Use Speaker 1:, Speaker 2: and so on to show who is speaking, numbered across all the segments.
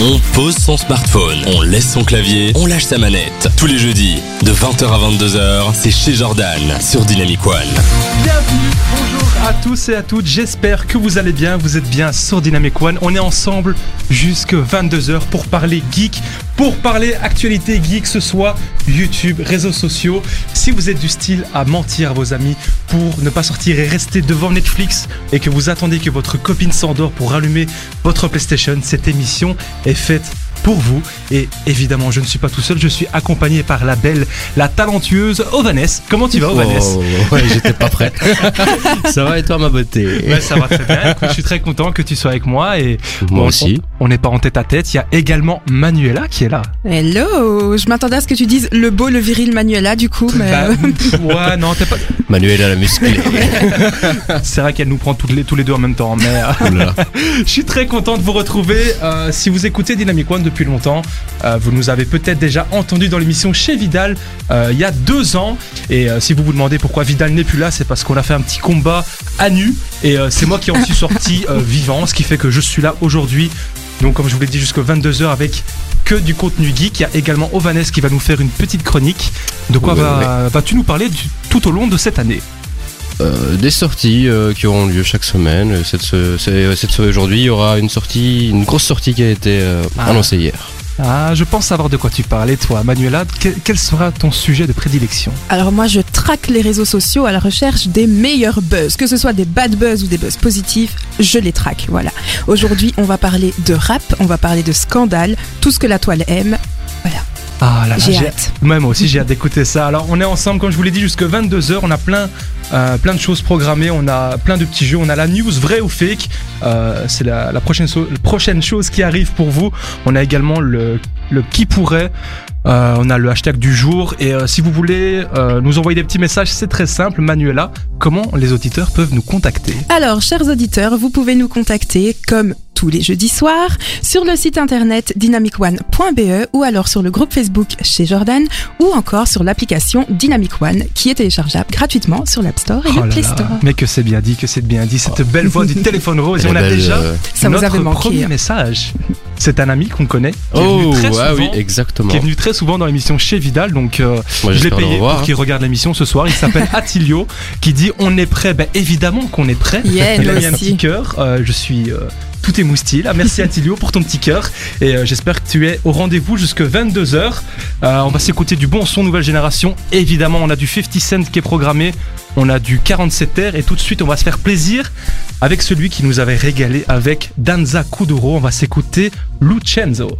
Speaker 1: On pose son smartphone, on laisse son clavier, on lâche sa manette. Tous les jeudis, de 20h à 22h, c'est chez Jordan sur Dynamic One.
Speaker 2: Bienvenue, bonjour à tous et à toutes, j'espère que vous allez bien, vous êtes bien sur Dynamic One, on est ensemble jusque 22h pour parler geek, pour parler actualité geek, ce soit YouTube, réseaux sociaux. Si vous êtes du style à mentir à vos amis pour ne pas sortir et rester devant Netflix et que vous attendez que votre copine s'endort pour rallumer votre PlayStation, cette émission est faite pour vous. Et évidemment, je ne suis pas tout seul, je suis accompagné par la belle, la talentueuse Ovanès. Comment tu vas, Ovanès
Speaker 3: Oh, ouais, j'étais pas prêt. ça va et toi, ma beauté
Speaker 2: Ouais, ça va très bien. Écoute, je suis très content que tu sois avec moi et
Speaker 3: Moi
Speaker 2: on-
Speaker 3: aussi.
Speaker 2: On n'est pas en tête à tête. Il y a également Manuela qui est là.
Speaker 4: Hello, je m'attendais à ce que tu dises le beau, le viril Manuela du coup, mais
Speaker 2: Bah, pff, ouais, non, t'es pas.
Speaker 3: Manuel à la musclée.
Speaker 2: C'est vrai qu'elle nous prend toutes les, tous les deux en même temps, mais euh,
Speaker 3: Oh là là.
Speaker 2: je suis très content de vous retrouver. Euh, si vous écoutez Dynamic One depuis longtemps, euh, vous nous avez peut-être déjà entendu dans l'émission chez Vidal euh, il y a deux ans. Et euh, si vous vous demandez pourquoi Vidal n'est plus là, c'est parce qu'on a fait un petit combat à nu. Et euh, c'est moi qui en suis sorti euh, vivant, ce qui fait que je suis là aujourd'hui. Donc, comme je vous l'ai dit, jusqu'à 22h avec que du contenu geek. Il y a également Ovanes qui va nous faire une petite chronique. De quoi
Speaker 3: Ouais,
Speaker 2: va- vas-tu nous parler du- tout au long de cette année
Speaker 3: Euh, des sorties euh, qui auront lieu chaque semaine. Cette, se- c'est- euh, cette se- aujourd'hui, il y aura une sortie, une grosse sortie qui a été euh,
Speaker 2: Ah.
Speaker 3: annoncée hier.
Speaker 2: Ah, je pense savoir de quoi tu parles. Et toi, Manuela, que- quel sera ton sujet de prédilection
Speaker 4: alors moi je traque les réseaux sociaux à la recherche des meilleurs buzz, que ce soit des bad buzz ou des buzz positifs, je les traque, voilà. Aujourd'hui on va parler de rap, on va parler de scandale, tout ce que la toile aime,
Speaker 2: Ah là là,
Speaker 4: j'ai hâte.
Speaker 2: Moi, moi aussi, j'ai hâte d'écouter ça. Alors, on est ensemble, comme je vous l'ai dit, jusque 22h. On a plein, euh, plein de choses programmées. On a plein de petits jeux. On a la news vraie ou fake. Euh, c'est la, la prochaine, so- la prochaine chose qui arrive pour vous. On a également le, le qui pourrait. Euh, on a le hashtag du jour. Et euh, si vous voulez euh, nous envoyer des petits messages, c'est très simple. Manuela, comment les auditeurs peuvent nous contacter
Speaker 4: Alors chers auditeurs, vous pouvez nous contacter comme tous les jeudis soirs sur le site internet dynamicone.be ou alors sur le groupe Facebook chez Jordan ou encore sur l'application Dynamic One qui est téléchargeable gratuitement sur l'App Store et
Speaker 2: Oh là
Speaker 4: le Play
Speaker 2: là,
Speaker 4: Store.
Speaker 2: Mais que c'est bien dit, que c'est bien dit. Cette belle voix du téléphone rose. Et
Speaker 3: Elle
Speaker 2: on
Speaker 3: est
Speaker 2: a
Speaker 3: belle,
Speaker 2: déjà
Speaker 3: euh,
Speaker 4: Ça
Speaker 2: notre
Speaker 4: vous avait
Speaker 2: premier
Speaker 4: manqué. hein.
Speaker 2: message. C'est un ami qu'on connaît. Qui est venu
Speaker 3: Oh,
Speaker 2: très souvent,
Speaker 3: ah oui, exactement.
Speaker 2: qui est venu très souvent dans l'émission chez Vidal, donc euh,
Speaker 3: Moi,
Speaker 2: je l'ai
Speaker 3: j'espère le
Speaker 2: payé
Speaker 3: revoir.
Speaker 2: pour qu'il regarde l'émission ce soir. Il s'appelle Attilio, qui dit on est prêt. Ben évidemment qu'on est prêt.
Speaker 4: Yeah,
Speaker 2: Il a
Speaker 4: nous
Speaker 2: mis un
Speaker 4: aussi.
Speaker 2: petit cœur. euh, je suis euh, tout émoustillé. là. Merci Attilio pour ton petit cœur. Et euh, j'espère que tu es au rendez-vous jusque 22h. on va s'écouter du bon son nouvelle génération. Évidemment, on a du 50 Cent qui est programmé. On a du 47 R. Et tout de suite, on va se faire plaisir avec celui qui nous avait régalé avec Danza Kuduro. On va s'écouter Lucenzo.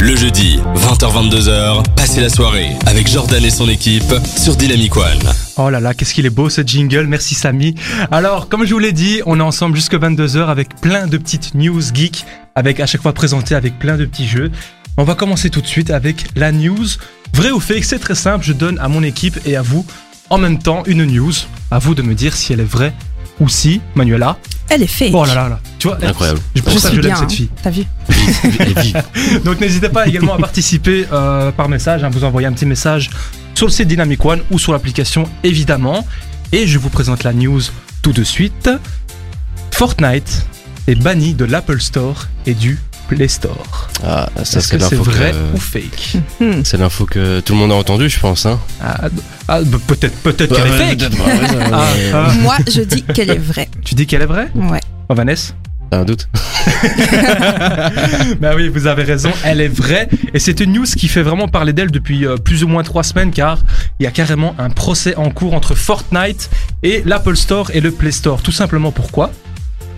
Speaker 1: Le jeudi, 20h-22h, passez la soirée avec Jordan et son équipe sur Dynamic One.
Speaker 2: Oh là là, qu'est-ce qu'il est beau ce jingle, merci Samy. Alors, comme je vous l'ai dit, on est ensemble jusque 22h avec plein de petites news geeks, avec à chaque fois présenté avec plein de petits jeux. On va commencer tout de suite avec la news. Vrai ou fake, c'est très simple, je donne à mon équipe et à vous en même temps une news. À vous de me dire si elle est vraie ou si, Manuela.
Speaker 4: Elle est fake.
Speaker 2: Oh là là là, tu vois, elle-
Speaker 3: Incroyable.
Speaker 2: Je pour
Speaker 4: Je
Speaker 2: ça que
Speaker 4: suis
Speaker 2: je l'aime
Speaker 4: bien,
Speaker 2: cette
Speaker 4: hein.
Speaker 2: fille.
Speaker 4: T'as vu
Speaker 3: Et vive.
Speaker 2: Donc n'hésitez pas également à participer euh, par message, hein, vous envoyez un petit message sur le site Dynamic One ou sur l'application évidemment. Et je vous présente la news tout de suite. Fortnite est banni de l'Apple Store et du Play Store.
Speaker 3: Ah, ça,
Speaker 2: Est-ce
Speaker 3: c'est
Speaker 2: que c'est
Speaker 3: l'info que-
Speaker 2: vrai ou fake
Speaker 4: Hmm.
Speaker 3: C'est l'info que tout le monde a entendu, je pense. Hein.
Speaker 2: Ah, ah, bah, Peut-être peut-être qu'elle est fake. Ah,
Speaker 3: Ah,
Speaker 2: ah,
Speaker 4: Moi, je dis qu'elle est vraie.
Speaker 2: tu dis qu'elle est vraie
Speaker 4: Ouais.
Speaker 2: oh, Vanessa
Speaker 3: T'as un doute
Speaker 2: Bah oui, vous avez raison, elle est vraie. Et c'est une news qui fait vraiment parler d'elle depuis euh, plus ou moins trois semaines, car il y a carrément un procès en cours entre Fortnite et l'Apple Store et le Play Store. Tout simplement pourquoi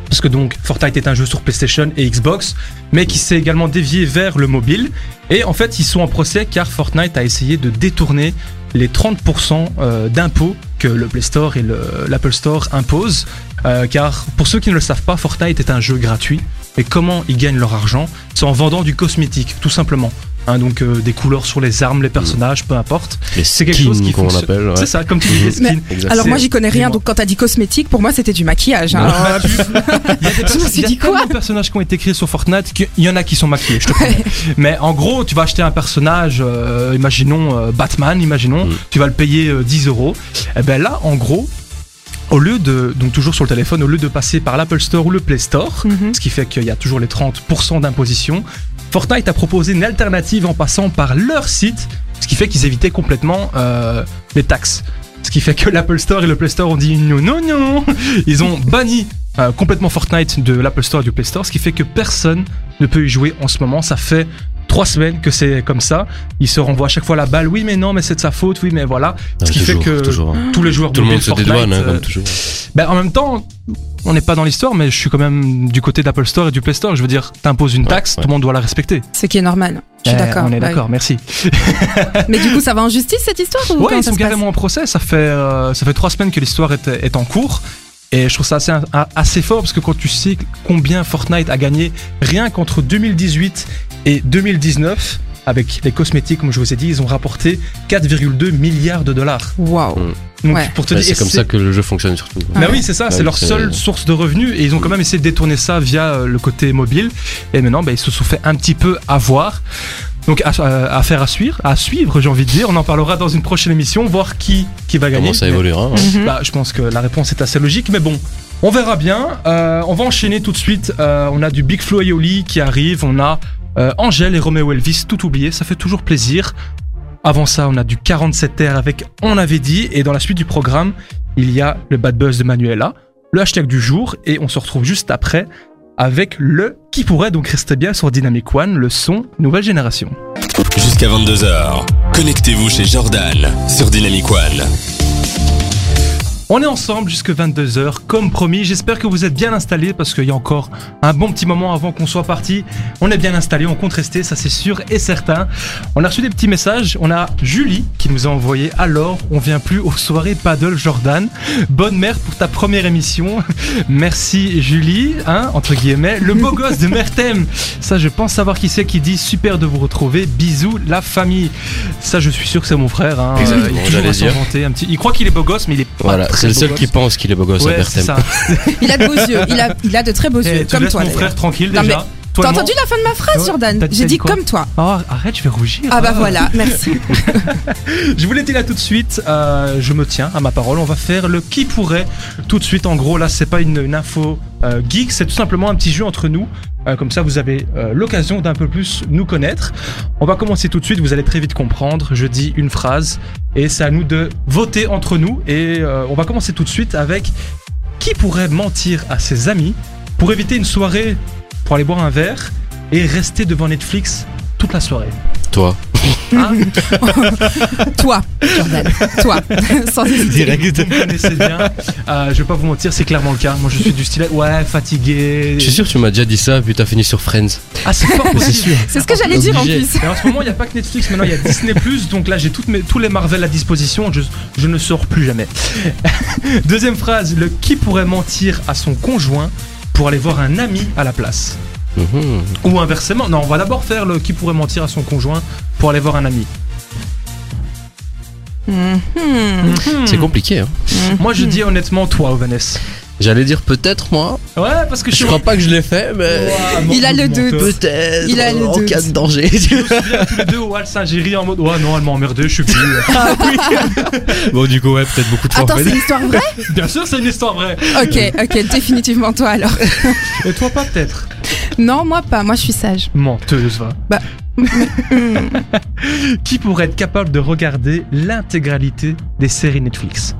Speaker 2: parce que donc Fortnite est un jeu sur PlayStation et Xbox, mais qui s'est également dévié vers le mobile. Et en fait, ils sont en procès car Fortnite a essayé de détourner les 30% euh, d'impôts que le Play Store et le- l'Apple Store imposent. Euh, car pour ceux qui ne le savent pas, Fortnite est un jeu gratuit. Et comment ils gagnent leur argent C'est en vendant du cosmétique, tout simplement. Hein, donc euh, des couleurs sur les armes, les personnages, peu importe.
Speaker 3: Les
Speaker 2: C'est quelque chose
Speaker 3: skins,
Speaker 2: qui
Speaker 3: qu'on
Speaker 2: fonctionne.
Speaker 3: appelle. ouais.
Speaker 2: C'est ça, comme tu dis, les
Speaker 3: Mhm.
Speaker 2: skins.
Speaker 3: Exact.
Speaker 4: Alors
Speaker 2: C'est-
Speaker 4: moi, j'y connais rien,
Speaker 2: dis-moi.
Speaker 4: donc quand t'as dit cosmétique, pour moi, c'était du maquillage. hein.
Speaker 2: Alors, Ah, bah, tu- Il y a des perso-
Speaker 4: me suis
Speaker 2: il y a
Speaker 4: dit quoi
Speaker 2: tellement de personnages qui ont été créés sur Fortnite qu'il y en a qui sont maquillés, je te promets. Mais en gros, tu vas acheter un personnage, euh, imaginons euh, Batman, imaginons,
Speaker 3: Mm.
Speaker 2: tu vas le payer euh, 10 euros. Et ben là, en gros, au lieu de, donc toujours sur le téléphone, au lieu de passer par l'Apple Store ou le Play Store,
Speaker 4: Mhm.
Speaker 2: ce qui fait qu'il y a toujours les 30% d'imposition, Fortnite a proposé une alternative en passant par leur site, ce qui fait qu'ils évitaient complètement euh, les taxes. Ce qui fait que l'Apple Store et le Play Store ont dit non, non, non. Ils ont banni euh, complètement Fortnite de l'Apple Store et du Play Store, ce qui fait que personne ne peut y jouer en ce moment. Ça fait trois semaines que c'est comme ça. Ils se renvoient à chaque fois la balle. Oui, mais non, mais c'est de sa faute. Oui, mais voilà.
Speaker 3: Ah,
Speaker 2: ce qui
Speaker 3: toujours,
Speaker 2: fait que
Speaker 3: toujours, hein.
Speaker 2: tous les joueurs
Speaker 3: Tout le
Speaker 2: de
Speaker 3: monde se
Speaker 2: Fortnite,
Speaker 3: dédouane, hein,
Speaker 2: euh,
Speaker 3: comme toujours.
Speaker 2: ben, en même temps, on n'est pas dans l'histoire, mais je suis quand même du côté d'Apple Store et du Play Store. Je veux dire, t'imposes une taxe,
Speaker 3: ouais.
Speaker 2: tout le monde doit la respecter.
Speaker 4: Ce qui est normal. Je suis
Speaker 2: Eh,
Speaker 4: d'accord.
Speaker 2: On est
Speaker 4: ouais.
Speaker 2: d'accord, merci.
Speaker 4: Mais du coup, ça va en justice cette histoire ou
Speaker 2: Ouais,
Speaker 4: comment
Speaker 2: ils
Speaker 4: ça
Speaker 2: sont
Speaker 4: se passe
Speaker 2: carrément en procès. Ça fait, euh, ça fait trois semaines que l'histoire est, est en cours. Et je trouve ça assez, a- assez fort parce que quand tu sais combien Fortnite a gagné rien qu'entre 2018 et 2019, avec les cosmétiques, comme je vous ai dit, ils ont rapporté 4,2 milliards de dollars.
Speaker 4: Waouh.
Speaker 2: Donc,
Speaker 4: Ouais.
Speaker 2: pour te
Speaker 3: Bah,
Speaker 2: dire,
Speaker 3: c'est
Speaker 2: et
Speaker 3: comme ça que le jeu fonctionne surtout.
Speaker 2: Bah oui, c'est ça,
Speaker 3: Bah
Speaker 2: c'est
Speaker 3: oui,
Speaker 2: leur
Speaker 3: c'est-
Speaker 2: seule source de revenus et ils ont quand même essayé de détourner ça via euh, le côté mobile. Et maintenant, bah, ils se sont fait un petit peu avoir. Donc, à, euh, à faire à suivre, à suivre, j'ai envie de dire. On en parlera dans une prochaine émission, voir qui, qui va gagner.
Speaker 3: Comment ça
Speaker 2: Mais-
Speaker 3: évoluera hein.
Speaker 4: Mhm.
Speaker 2: bah, je pense que la réponse est assez logique, mais bon, on verra bien. Euh, on va enchaîner tout de suite. Euh, on a du Big Flo et Oli qui arrive. On a euh, Angèle et Romeo Elvis, tout oublié. Ça fait toujours plaisir. Avant ça, on a du 47R avec On avait dit. Et dans la suite du programme, il y a le bad buzz de Manuela, le hashtag du jour. Et on se retrouve juste après avec le qui pourrait donc rester bien sur Dynamic One, le son nouvelle génération.
Speaker 1: Jusqu'à 22h, connectez-vous chez Jordan sur Dynamic One.
Speaker 2: On est ensemble jusque 22h, comme promis. J'espère que vous êtes bien installés parce qu'il y a encore un bon petit moment avant qu'on soit parti. On est bien installés, on compte rester, ça c'est sûr et certain. On a reçu des petits messages. On a Julie qui nous a envoyé Alors, on vient plus aux soirées Paddle Jordan. Bonne mère pour ta première émission. Merci Julie, hein, entre guillemets. Le beau gosse de Mertem. Ça, je pense savoir qui c'est qui dit Super de vous retrouver. Bisous la famille. Ça, je suis sûr que c'est mon frère. Hein.
Speaker 3: Exactement,
Speaker 2: Il est toujours
Speaker 3: j'allais
Speaker 2: à
Speaker 3: dire.
Speaker 2: s'inventer un petit. Il croit qu'il est beau gosse, mais il est pas
Speaker 3: Voilà,
Speaker 2: très
Speaker 3: c'est le
Speaker 2: beau
Speaker 3: seul
Speaker 2: gosse.
Speaker 3: qui pense qu'il est beau gosse à
Speaker 2: Ouais, c'est
Speaker 3: Bertem.
Speaker 2: ça.
Speaker 4: Il a de beaux yeux. Il a, il a de très beaux
Speaker 2: Eh,
Speaker 4: yeux,
Speaker 2: tu
Speaker 4: comme
Speaker 2: laisses
Speaker 4: toi.
Speaker 2: mon
Speaker 4: d'ailleurs.
Speaker 2: frère tranquille
Speaker 4: Non,
Speaker 2: déjà.
Speaker 4: mais
Speaker 2: Toi,
Speaker 4: T'as
Speaker 2: non.
Speaker 4: entendu la fin de ma phrase,
Speaker 2: Ouais,
Speaker 4: Jordan
Speaker 2: t'as-
Speaker 4: J'ai
Speaker 2: t'as
Speaker 4: dit
Speaker 2: dit quoi
Speaker 4: comme toi.
Speaker 2: Oh, arrête, je vais rougir.
Speaker 4: Ah bah voilà, merci.
Speaker 2: Je vous l'ai dit là tout de suite, euh, je me tiens à ma parole. On va faire le qui pourrait tout de suite. En gros, là, c'est pas une, une info euh, geek, c'est tout simplement un petit jeu entre nous. Euh, comme ça, vous avez euh, l'occasion d'un peu plus nous connaître. On va commencer tout de suite, vous allez très vite comprendre. Je dis une phrase et c'est à nous de voter entre nous. Et euh, on va commencer tout de suite avec qui pourrait mentir à ses amis pour éviter une soirée pour aller boire un verre et rester devant Netflix toute la soirée.
Speaker 3: Toi,
Speaker 2: Hein
Speaker 4: toi, Jordan. Toi. Sans hésiter.
Speaker 2: Direct. Vous me connaissez bien. Euh, je vais pas vous mentir, c'est clairement le cas. Moi, je suis du style ouais, fatigué.
Speaker 3: je suis sûr que tu m'as déjà dit ça, puis t'as fini sur Friends.
Speaker 2: Ah, c'est fort possible.
Speaker 4: C'est ce que j'allais dire en
Speaker 3: Obligé.
Speaker 4: plus.
Speaker 2: Et en ce moment, il n'y a pas que Netflix, maintenant il y a Disney. Donc là, j'ai toutes mes- tous les Marvel à disposition. Je, je ne sors plus jamais. Deuxième phrase le qui pourrait mentir à son conjoint pour aller voir un ami à la place
Speaker 3: Mhm.
Speaker 2: Ou inversement. Non, on va d'abord faire le qui pourrait mentir à son conjoint pour aller voir un ami.
Speaker 4: Mhm.
Speaker 2: Hmm.
Speaker 3: C'est compliqué. Hein.
Speaker 2: Moi, je dis honnêtement, toi, Ovanès.
Speaker 3: J'allais dire peut-être moi.
Speaker 2: Ouais, parce que je
Speaker 3: Je
Speaker 2: suis.
Speaker 3: crois pas que je l'ai fait, mais
Speaker 2: Ouah,
Speaker 4: Il a le
Speaker 2: menteur.
Speaker 4: doute.
Speaker 3: peut-être.
Speaker 4: Il a le
Speaker 3: en
Speaker 4: doute.
Speaker 3: cas de danger.
Speaker 2: Les deux au Hall Saint-Géry en mode Ouais, non, elle m'a emmerdé, je suis plus.
Speaker 3: bon, du coup, ouais, peut-être beaucoup de
Speaker 4: Ah Attends,
Speaker 3: forfaits.
Speaker 4: c'est une histoire vraie
Speaker 2: Bien sûr, c'est une histoire vraie.
Speaker 4: Ok, ok, définitivement toi alors.
Speaker 2: Et toi, pas peut-être
Speaker 4: Non, moi pas, moi je suis sage.
Speaker 2: Menteuse, va.
Speaker 4: Bah. Mhm.
Speaker 2: Qui pourrait être capable de regarder l'intégralité des séries Netflix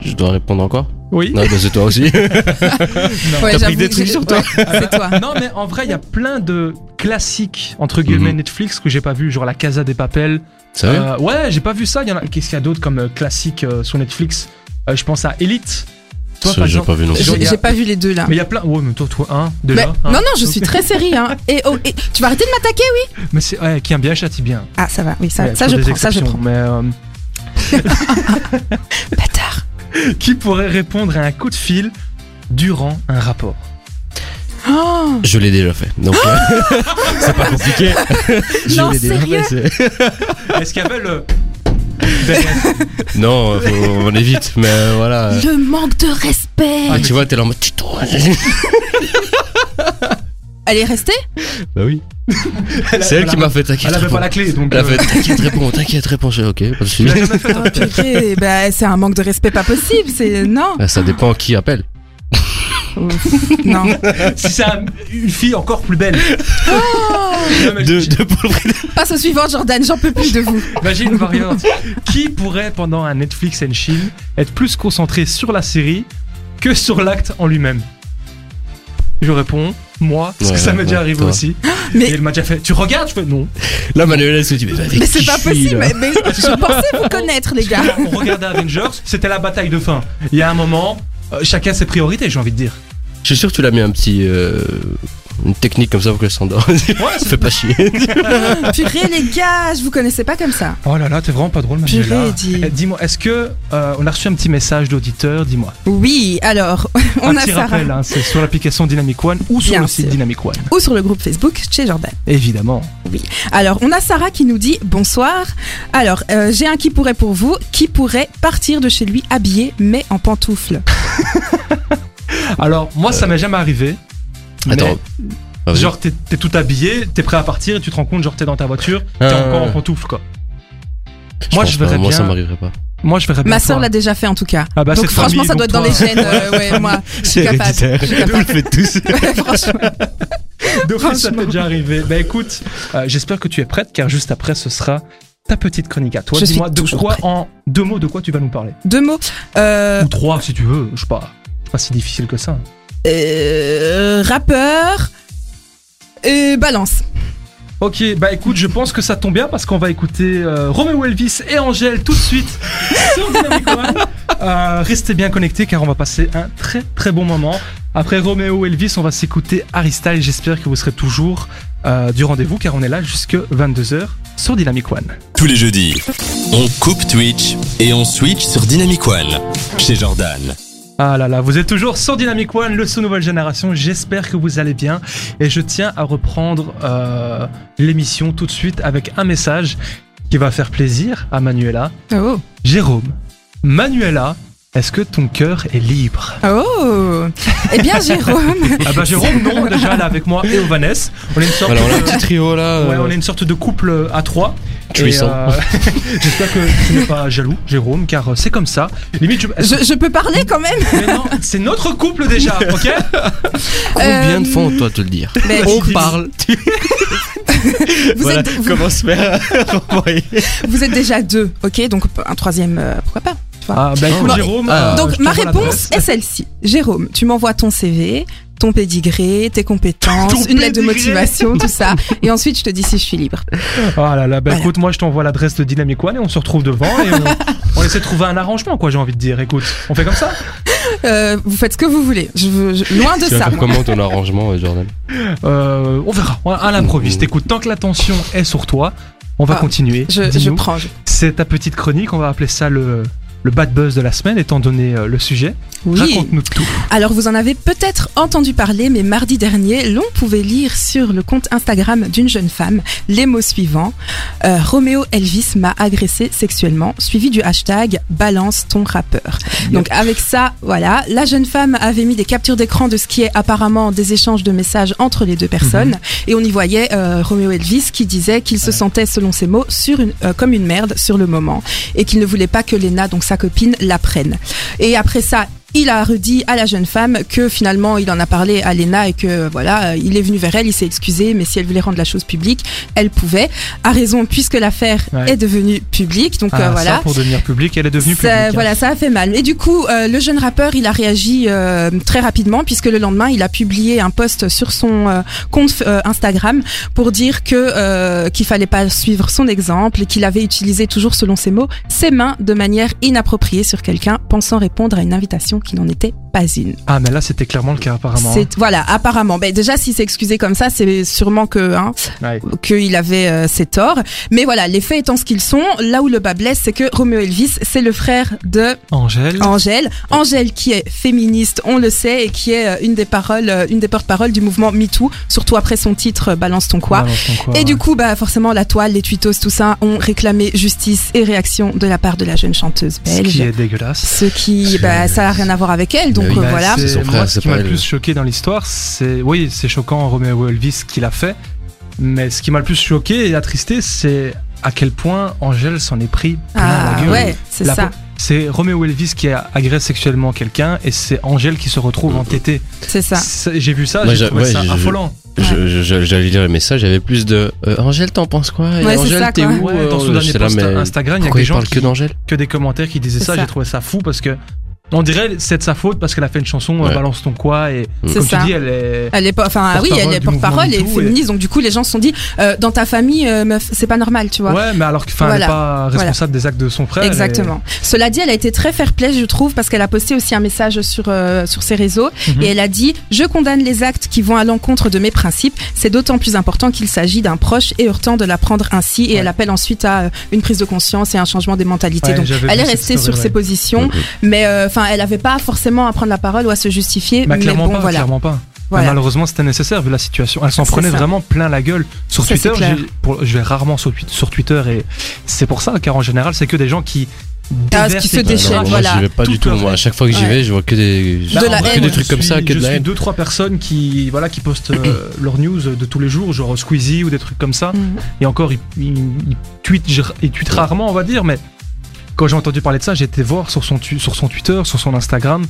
Speaker 3: Je dois répondre encore
Speaker 2: Oui.
Speaker 3: Non, bah, c'est toi aussi.
Speaker 4: Ouais,
Speaker 3: T'as pris
Speaker 4: j'avoue
Speaker 3: des
Speaker 4: que
Speaker 3: trucs
Speaker 4: j'ai-
Speaker 3: sur toi.
Speaker 4: ouais, C'est toi.
Speaker 2: Non, mais en vrai, il y a plein de classiques, entre guillemets,
Speaker 3: Mhm. Ah
Speaker 2: Netflix que j'ai pas vu, genre La Casa des Papels.
Speaker 3: Sérieux
Speaker 2: Euh, ouais, j'ai pas vu ça. Il y en a... Qu'est-ce qu'il y a d'autre comme euh, classique euh, sur Netflix Euh, Je pense à Elite. Toi,
Speaker 3: Ça,
Speaker 2: par
Speaker 3: J'ai
Speaker 2: exemple.
Speaker 3: pas vu non plus.
Speaker 2: Genre, il y
Speaker 4: J'ai
Speaker 2: a-
Speaker 4: j'ai pas vu les deux là.
Speaker 2: Ah, Mais il y a plein. Ouais, mais toi, toi, un, déjà.
Speaker 4: Mais-
Speaker 2: hein.
Speaker 4: non, non, je suis très série. Hein. Et, oh, et- tu vas arrêter de m'attaquer oui
Speaker 2: Mais c'est. Ouais, qui aime bien, châtie bien.
Speaker 4: Ah, ça va, oui, ça,
Speaker 2: Ouais,
Speaker 4: ça,
Speaker 2: faut
Speaker 4: je
Speaker 2: des
Speaker 4: prends, ça je
Speaker 2: exceptions,
Speaker 4: prends.
Speaker 2: Mais. euh,
Speaker 4: Bâtard.
Speaker 2: euh, qui pourrait répondre à un coup de fil durant un rapport
Speaker 4: Oh,
Speaker 3: Je l'ai déjà fait. Donc, euh, c'est pas compliqué. Je
Speaker 4: Non,
Speaker 3: l'ai déjà
Speaker 4: sérieux
Speaker 3: fait, c'est-
Speaker 2: Est-ce qu'il y avait le.
Speaker 3: Non, faut- on évite, mais euh, voilà.
Speaker 4: Oh, le manque de respect.
Speaker 3: Ah, tu vois, t'es là en mode tuto.
Speaker 4: Elle est restée
Speaker 3: bah oui. C'est elle qui m'a fait
Speaker 2: Elle
Speaker 3: t'inquiète.
Speaker 2: avait
Speaker 3: réponds.
Speaker 2: pas la clé, donc.
Speaker 3: Elle a
Speaker 2: euh,
Speaker 3: fait t'inquiète, réponds, t'inquiète, réponds. Je- Ok, pas de
Speaker 2: tu
Speaker 3: soucis.
Speaker 2: l'as jamais fait, toi
Speaker 4: Ah, purée, bah, c'est un manque de respect pas possible, c'est. Non.
Speaker 3: Ah, Ça dépend qui appelle.
Speaker 4: Ouf, non.
Speaker 2: Si c'est un- une fille encore plus belle.
Speaker 4: Oh,
Speaker 2: Non, mais
Speaker 3: de,
Speaker 2: j'ai-
Speaker 3: de Paul Brédel.
Speaker 4: Passe au suivant, Jordan, j'en peux plus de vous.
Speaker 2: Imagine une variante. Qui pourrait, pendant un Netflix and chill, être plus concentré sur la série que sur l'acte en lui-même Je réponds, moi, parce
Speaker 3: Ouais,
Speaker 2: que ça m'est
Speaker 3: ouais,
Speaker 2: déjà arrivé
Speaker 3: toi.
Speaker 2: aussi.
Speaker 4: Ah, Mais-
Speaker 2: Et il m'a déjà fait, tu regardes Je fais, non.
Speaker 3: Là, Manuel, elle se dit, mais, avec
Speaker 4: Mais c'est
Speaker 3: qui
Speaker 4: pas
Speaker 3: je suis,
Speaker 4: possible,
Speaker 3: là
Speaker 4: mais, mais je pensais vous connaître, les gars.
Speaker 2: On regardait Avengers, c'était la bataille de fin. Il y a un moment, euh, chacun ses priorités, j'ai envie de dire.
Speaker 3: Je suis sûr que tu l'as mis un petit. euh, une technique comme ça pour qu'elle s'endorme.
Speaker 2: Ouais, c'est-
Speaker 3: Fais pas chier.
Speaker 4: Purée, les gars, je vous connaissais pas comme ça.
Speaker 2: Oh là là, t'es vraiment pas drôle,
Speaker 4: Purée,
Speaker 2: Manuela.
Speaker 4: dis.
Speaker 2: Eh, Dis-moi, est-ce que euh, on a reçu un petit message d'auditeur Dis-moi.
Speaker 4: Oui, alors, on
Speaker 2: un
Speaker 4: a
Speaker 2: petit
Speaker 4: Sarah.
Speaker 2: rappel, hein, c'est sur l'application Dynamic One ou sur
Speaker 4: Bien
Speaker 2: le site
Speaker 4: sûr.
Speaker 2: Dynamic One.
Speaker 4: Ou sur le groupe Facebook chez Jordan.
Speaker 2: Évidemment.
Speaker 4: Alors, on a Sarah qui nous dit bonsoir. Alors, euh, j'ai un qui pourrait pour vous. Qui pourrait partir de chez lui habillé mais en pantoufles
Speaker 3: Ah
Speaker 2: Alors, moi, ça m'est jamais arrivé. mais
Speaker 3: Euh. Attends. Ah, vas-y.
Speaker 2: Genre, t'es t'es tout habillé, t'es prêt à partir et tu te rends compte, genre, t'es dans ta voiture, t'es
Speaker 3: Ah,
Speaker 2: encore en
Speaker 3: ouais.
Speaker 2: pantoufle, quoi. moi,
Speaker 3: pense
Speaker 2: je
Speaker 3: pas,
Speaker 2: verrais
Speaker 3: Moi,
Speaker 2: bien-
Speaker 3: ça m'arriverait pas.
Speaker 2: Moi, je
Speaker 3: bah
Speaker 2: verrais bien.
Speaker 4: Ma sœur
Speaker 2: toi.
Speaker 4: l'a déjà fait en tout cas.
Speaker 2: Ah bah,
Speaker 4: Donc,
Speaker 2: cette
Speaker 4: franchement,
Speaker 2: famille,
Speaker 4: ça doit
Speaker 2: donc
Speaker 4: être dans les
Speaker 2: toi.
Speaker 4: gènes. euh, ouais, moi.
Speaker 3: C'est
Speaker 4: capable,
Speaker 3: héréditaire.
Speaker 4: je suis capable.
Speaker 3: Nous, on le fait tous.
Speaker 4: Ouais, franchement.
Speaker 2: D'office, ça t'est déjà arrivé. Bah écoute, euh, j'espère que tu es prête car juste après ce sera ta petite chronique à toi.
Speaker 4: Je suis
Speaker 2: Dis-moi de
Speaker 4: toujours
Speaker 2: quoi
Speaker 4: prête.
Speaker 2: en deux mots de quoi tu vas nous parler.
Speaker 4: Deux mots. Euh,
Speaker 2: Ou trois si tu veux, je sais pas. C'est pas si difficile que ça.
Speaker 4: euh, rappeur. Et balance.
Speaker 2: Ok, bah écoute, je pense que ça tombe bien parce qu'on va écouter euh, Romeo Elvis et Angèle tout de suite sur Dynamic One. Euh, restez bien connectés car on va passer un très très bon moment. Après Romeo Elvis, on va s'écouter Harry Styles. J'espère que vous serez toujours euh, du rendez-vous car on est là jusque 22h sur Dynamic One.
Speaker 1: Tous les jeudis, on coupe Twitch et on switch sur Dynamic One chez Jordan.
Speaker 2: Ah là là, vous êtes toujours sur Dynamic One, le sous nouvelle génération. J'espère que vous allez bien. Et je tiens à reprendre euh, l'émission tout de suite avec un message qui va faire plaisir à Manuela.
Speaker 4: Oh.
Speaker 2: Jérôme, Manuela, est-ce que ton cœur est libre
Speaker 4: Oh. Eh bien, Jérôme.
Speaker 2: Ah bah Jérôme, non, déjà là avec moi et au Vanessa. On est une sorte
Speaker 3: Alors, on a un
Speaker 2: de...
Speaker 3: petit trio là.
Speaker 2: Ouais,
Speaker 3: euh,
Speaker 2: on est une sorte de couple à trois. Et,
Speaker 3: Trisson.
Speaker 2: euh, J'espère que tu n'es pas jaloux, Jérôme, car euh, c'est comme ça. Limite, je-
Speaker 4: Je, je peux parler quand même.
Speaker 2: Mais non, c'est notre couple déjà, ok
Speaker 3: Combien de
Speaker 4: Euh,
Speaker 3: fois on doit te le dire
Speaker 4: mais
Speaker 3: On
Speaker 4: écoute,
Speaker 3: parle.
Speaker 4: Vous,
Speaker 3: Voilà,
Speaker 4: êtes, vous,
Speaker 3: comment se faire renvoyer.
Speaker 4: vous êtes déjà deux, ok Donc un troisième, euh, pourquoi pas
Speaker 2: Ah bah écoute
Speaker 4: Bon,
Speaker 2: Jérôme.
Speaker 3: ah,
Speaker 2: euh, je
Speaker 4: Donc ma
Speaker 2: t'envoie
Speaker 4: réponse est celle-ci. Jérôme, tu m'envoies ton CV, ton pédigré, tes compétences,
Speaker 2: Ton
Speaker 4: une lettre de
Speaker 2: pédigré.
Speaker 4: motivation, tout ça. Et ensuite, je te dis si je suis libre.
Speaker 2: l'adresse. Ah là là, bah
Speaker 4: Voilà.
Speaker 2: écoute, moi je t'envoie l'adresse de Dynamic One et on se retrouve devant et on, on essaie de trouver un arrangement quoi, j'ai envie de dire. Écoute, on fait comme ça
Speaker 4: Euh, vous faites ce que vous voulez. Je veux, je- loin de
Speaker 3: Tu vas
Speaker 4: ça.
Speaker 3: faire
Speaker 4: moi.
Speaker 3: comment ton arrangement, euh, Jordan
Speaker 2: Euh, On verra, on- à l'improviste. Écoute, tant que l'attention est sur toi, on va
Speaker 4: Ah,
Speaker 2: continuer.
Speaker 4: Je, je
Speaker 2: Dis-nous.
Speaker 4: prends. je-
Speaker 2: C'est ta petite chronique, on va appeler ça le, le bad buzz de la semaine étant donné euh, le sujet.
Speaker 4: Oui. euh,
Speaker 2: Raconte-nous tout.
Speaker 4: Alors vous en avez peut-être entendu parler, mais mardi dernier, l'on pouvait lire sur le compte Instagram d'une jeune femme les mots suivants Euh, Roméo Elvis m'a agressé sexuellement, suivi du hashtag Balance ton rappeur. Donc avec ça, voilà, la jeune femme avait mis des captures d'écran de ce qui est apparemment des échanges de messages entre les deux personnes,
Speaker 2: Mm-hmm.
Speaker 4: et on y voyait euh, Roméo Elvis qui disait qu'il se sentait, selon ses mots, sur une, euh, comme une merde sur le moment, et qu'il ne voulait pas que Lena, donc sa copine, l'apprenne. Et après ça, il a redit à la jeune femme que finalement il en a parlé à Lena et que voilà, euh, il est venu vers elle, il s'est excusé, mais si elle voulait rendre la chose publique, elle pouvait. À raison, puisque l'affaire
Speaker 2: Ouais.
Speaker 4: est devenue publique, donc euh,
Speaker 2: Ah,
Speaker 4: voilà.
Speaker 2: Ça pour devenir public, elle est devenue
Speaker 4: Ça,
Speaker 2: publique. hein.
Speaker 4: Voilà, ça a fait mal. Et du coup, euh, le jeune rappeur, il a réagi euh, très rapidement puisque le lendemain, il a publié un post sur son euh, compte euh, Instagram pour dire que euh, qu'il fallait pas suivre son exemple et qu'il avait utilisé toujours, selon ses mots, ses mains de manière inappropriée sur quelqu'un, pensant répondre à une invitation qui n'en était pas une.
Speaker 2: Ah mais là c'était clairement le cas apparemment.
Speaker 4: C'est voilà, apparemment. Ben déjà, s'il s'est excusé comme ça, c'est sûrement que hein,
Speaker 2: Ouais.
Speaker 4: qu'il avait euh, ses torts. Mais voilà, les faits étant ce qu'ils sont, là où le bas blesse, c'est que Romeo Elvis, c'est le frère de
Speaker 2: Angèle.
Speaker 4: Angèle. Angèle qui est féministe, on le sait, et qui est euh, une des paroles, euh, une des porte-paroles du mouvement MeToo, surtout après son titre euh, Balance ton quoi.
Speaker 2: Balance ton quoi,
Speaker 4: Et
Speaker 2: ouais.
Speaker 4: du coup, bah forcément, la toile, les tweetos, tout ça, ont réclamé justice et réaction de la part de la jeune chanteuse
Speaker 2: ce qui
Speaker 4: belge.
Speaker 2: est dégueulasse.
Speaker 4: Ce qui,
Speaker 3: C'est-
Speaker 4: bah, ça n'a rien à voir avec elle, donc
Speaker 3: Mais oui,
Speaker 4: euh,
Speaker 2: Bah,
Speaker 4: voilà.
Speaker 2: c'est-
Speaker 3: C'est son frère,
Speaker 2: moi, ce
Speaker 3: c'est
Speaker 2: qui
Speaker 3: pas
Speaker 2: m'a le
Speaker 3: elle.
Speaker 2: plus choqué dans l'histoire, c'est. Oui, c'est choquant, Romeo Elvis, qu'il a fait. Mais ce qui m'a le plus choqué et attristé, c'est à quel point Angèle s'en est pris plein
Speaker 4: Ah
Speaker 2: la gueule.
Speaker 4: ouais, c'est
Speaker 2: La
Speaker 4: ça.
Speaker 2: po- C'est Romeo Elvis qui a- agresse sexuellement quelqu'un et c'est Angèle qui se retrouve entêtée.
Speaker 4: C'est ça.
Speaker 2: C'est- J'ai vu ça,
Speaker 3: Mm. Moi,
Speaker 2: j'ai
Speaker 3: j'a-
Speaker 2: trouvé
Speaker 3: ouais,
Speaker 2: ça
Speaker 3: j'ai-
Speaker 2: affolant.
Speaker 3: je- je- j'allais lire les messages, il y avait plus de euh, Angèle, t'en penses quoi Et
Speaker 4: Ouais, c'est
Speaker 3: Angèle,
Speaker 4: ça,
Speaker 3: t'es
Speaker 4: quoi.
Speaker 3: où
Speaker 2: Ouais, dans
Speaker 3: Euh,
Speaker 2: son dernier
Speaker 3: j'étais là,
Speaker 2: post
Speaker 3: mais
Speaker 2: Instagram, il y a
Speaker 3: Pourquoi
Speaker 2: des
Speaker 3: il
Speaker 2: gens
Speaker 3: parle
Speaker 2: qui,
Speaker 3: que d'Angèle
Speaker 2: que des commentaires qui disaient
Speaker 4: C'est
Speaker 2: ça,
Speaker 4: ça.
Speaker 2: j'ai trouvé ça fou parce que on dirait c'est de sa faute parce qu'elle a fait une chanson euh,
Speaker 3: Ouais.
Speaker 2: Balance ton quoi et
Speaker 3: C'est
Speaker 2: comme
Speaker 4: ça.
Speaker 2: tu dis elle est
Speaker 4: Elle est pas, enfin oui,
Speaker 2: Porte-parole
Speaker 4: elle est
Speaker 2: du mouvement
Speaker 4: porte-parole et
Speaker 2: MeToo, et-
Speaker 4: féministe, donc du coup les gens se sont dit, euh, dans ta famille, euh, meuf, c'est pas normal, tu vois.
Speaker 2: Ouais, mais alors que enfin elle
Speaker 4: Voilà.
Speaker 2: est pas responsable des actes de son frère. et-
Speaker 4: Exactement. Cela dit, elle a été très fair-play, je trouve, parce qu'elle a posté aussi un message sur, euh, sur ses réseaux
Speaker 2: Mhm.
Speaker 4: et elle a dit Je condamne les actes qui vont à l'encontre de mes principes. C'est d'autant plus important qu'il s'agit d'un proche et heurtant de la prendre ainsi. Et elle appelle ensuite à euh, une prise de conscience et un changement des mentalités.
Speaker 2: Ouais,
Speaker 4: Donc,
Speaker 2: j'avais
Speaker 4: elle
Speaker 2: vu
Speaker 4: est
Speaker 2: cette
Speaker 4: restée
Speaker 2: story,
Speaker 4: sur
Speaker 2: ouais.
Speaker 4: ses positions,
Speaker 3: Mhm.
Speaker 4: mais euh, enfin, elle n'avait pas forcément à prendre la parole ou à se justifier.
Speaker 2: Bah,
Speaker 4: mais
Speaker 2: clairement
Speaker 4: bon,
Speaker 2: pas,
Speaker 4: voilà.
Speaker 2: clairement pas.
Speaker 4: Voilà.
Speaker 2: Mais Bah, Malheureusement, c'était nécessaire vu la situation. Elle s'en
Speaker 4: C'est
Speaker 2: prenait
Speaker 4: ça.
Speaker 2: vraiment plein la gueule. Sur
Speaker 4: Ça, c'est
Speaker 2: Twitter,
Speaker 4: clair.
Speaker 2: j'ai- pour- je vais rarement sur, Twi- sur Twitter et c'est pour ça, car en général, c'est que des gens qui.
Speaker 4: Ah,
Speaker 2: déversent
Speaker 4: qui se
Speaker 2: et
Speaker 3: Ouais, non,
Speaker 4: déchirent,
Speaker 3: moi,
Speaker 4: voilà.
Speaker 3: j'y vais pas
Speaker 2: Tout
Speaker 3: du tout.
Speaker 2: pleuré.
Speaker 3: Moi, à chaque fois que j'y
Speaker 4: Ouais.
Speaker 3: vais, je vois que des,
Speaker 2: Là,
Speaker 4: De
Speaker 2: en
Speaker 4: la
Speaker 2: vrai,
Speaker 4: haine.
Speaker 3: que des
Speaker 2: je
Speaker 3: trucs comme
Speaker 2: suis-
Speaker 3: ça, que
Speaker 2: je
Speaker 3: de la
Speaker 2: suis
Speaker 3: haine.
Speaker 2: deux trois personnes qui voilà qui postent euh, leurs news de tous les jours, genre Squeezie ou des trucs comme ça.
Speaker 4: Mhm.
Speaker 2: Et encore, ils il, tweetent tweet rarement, on va dire, mais quand j'ai entendu parler de ça, j'ai été voir sur son, tu- sur son Twitter, sur son Instagram.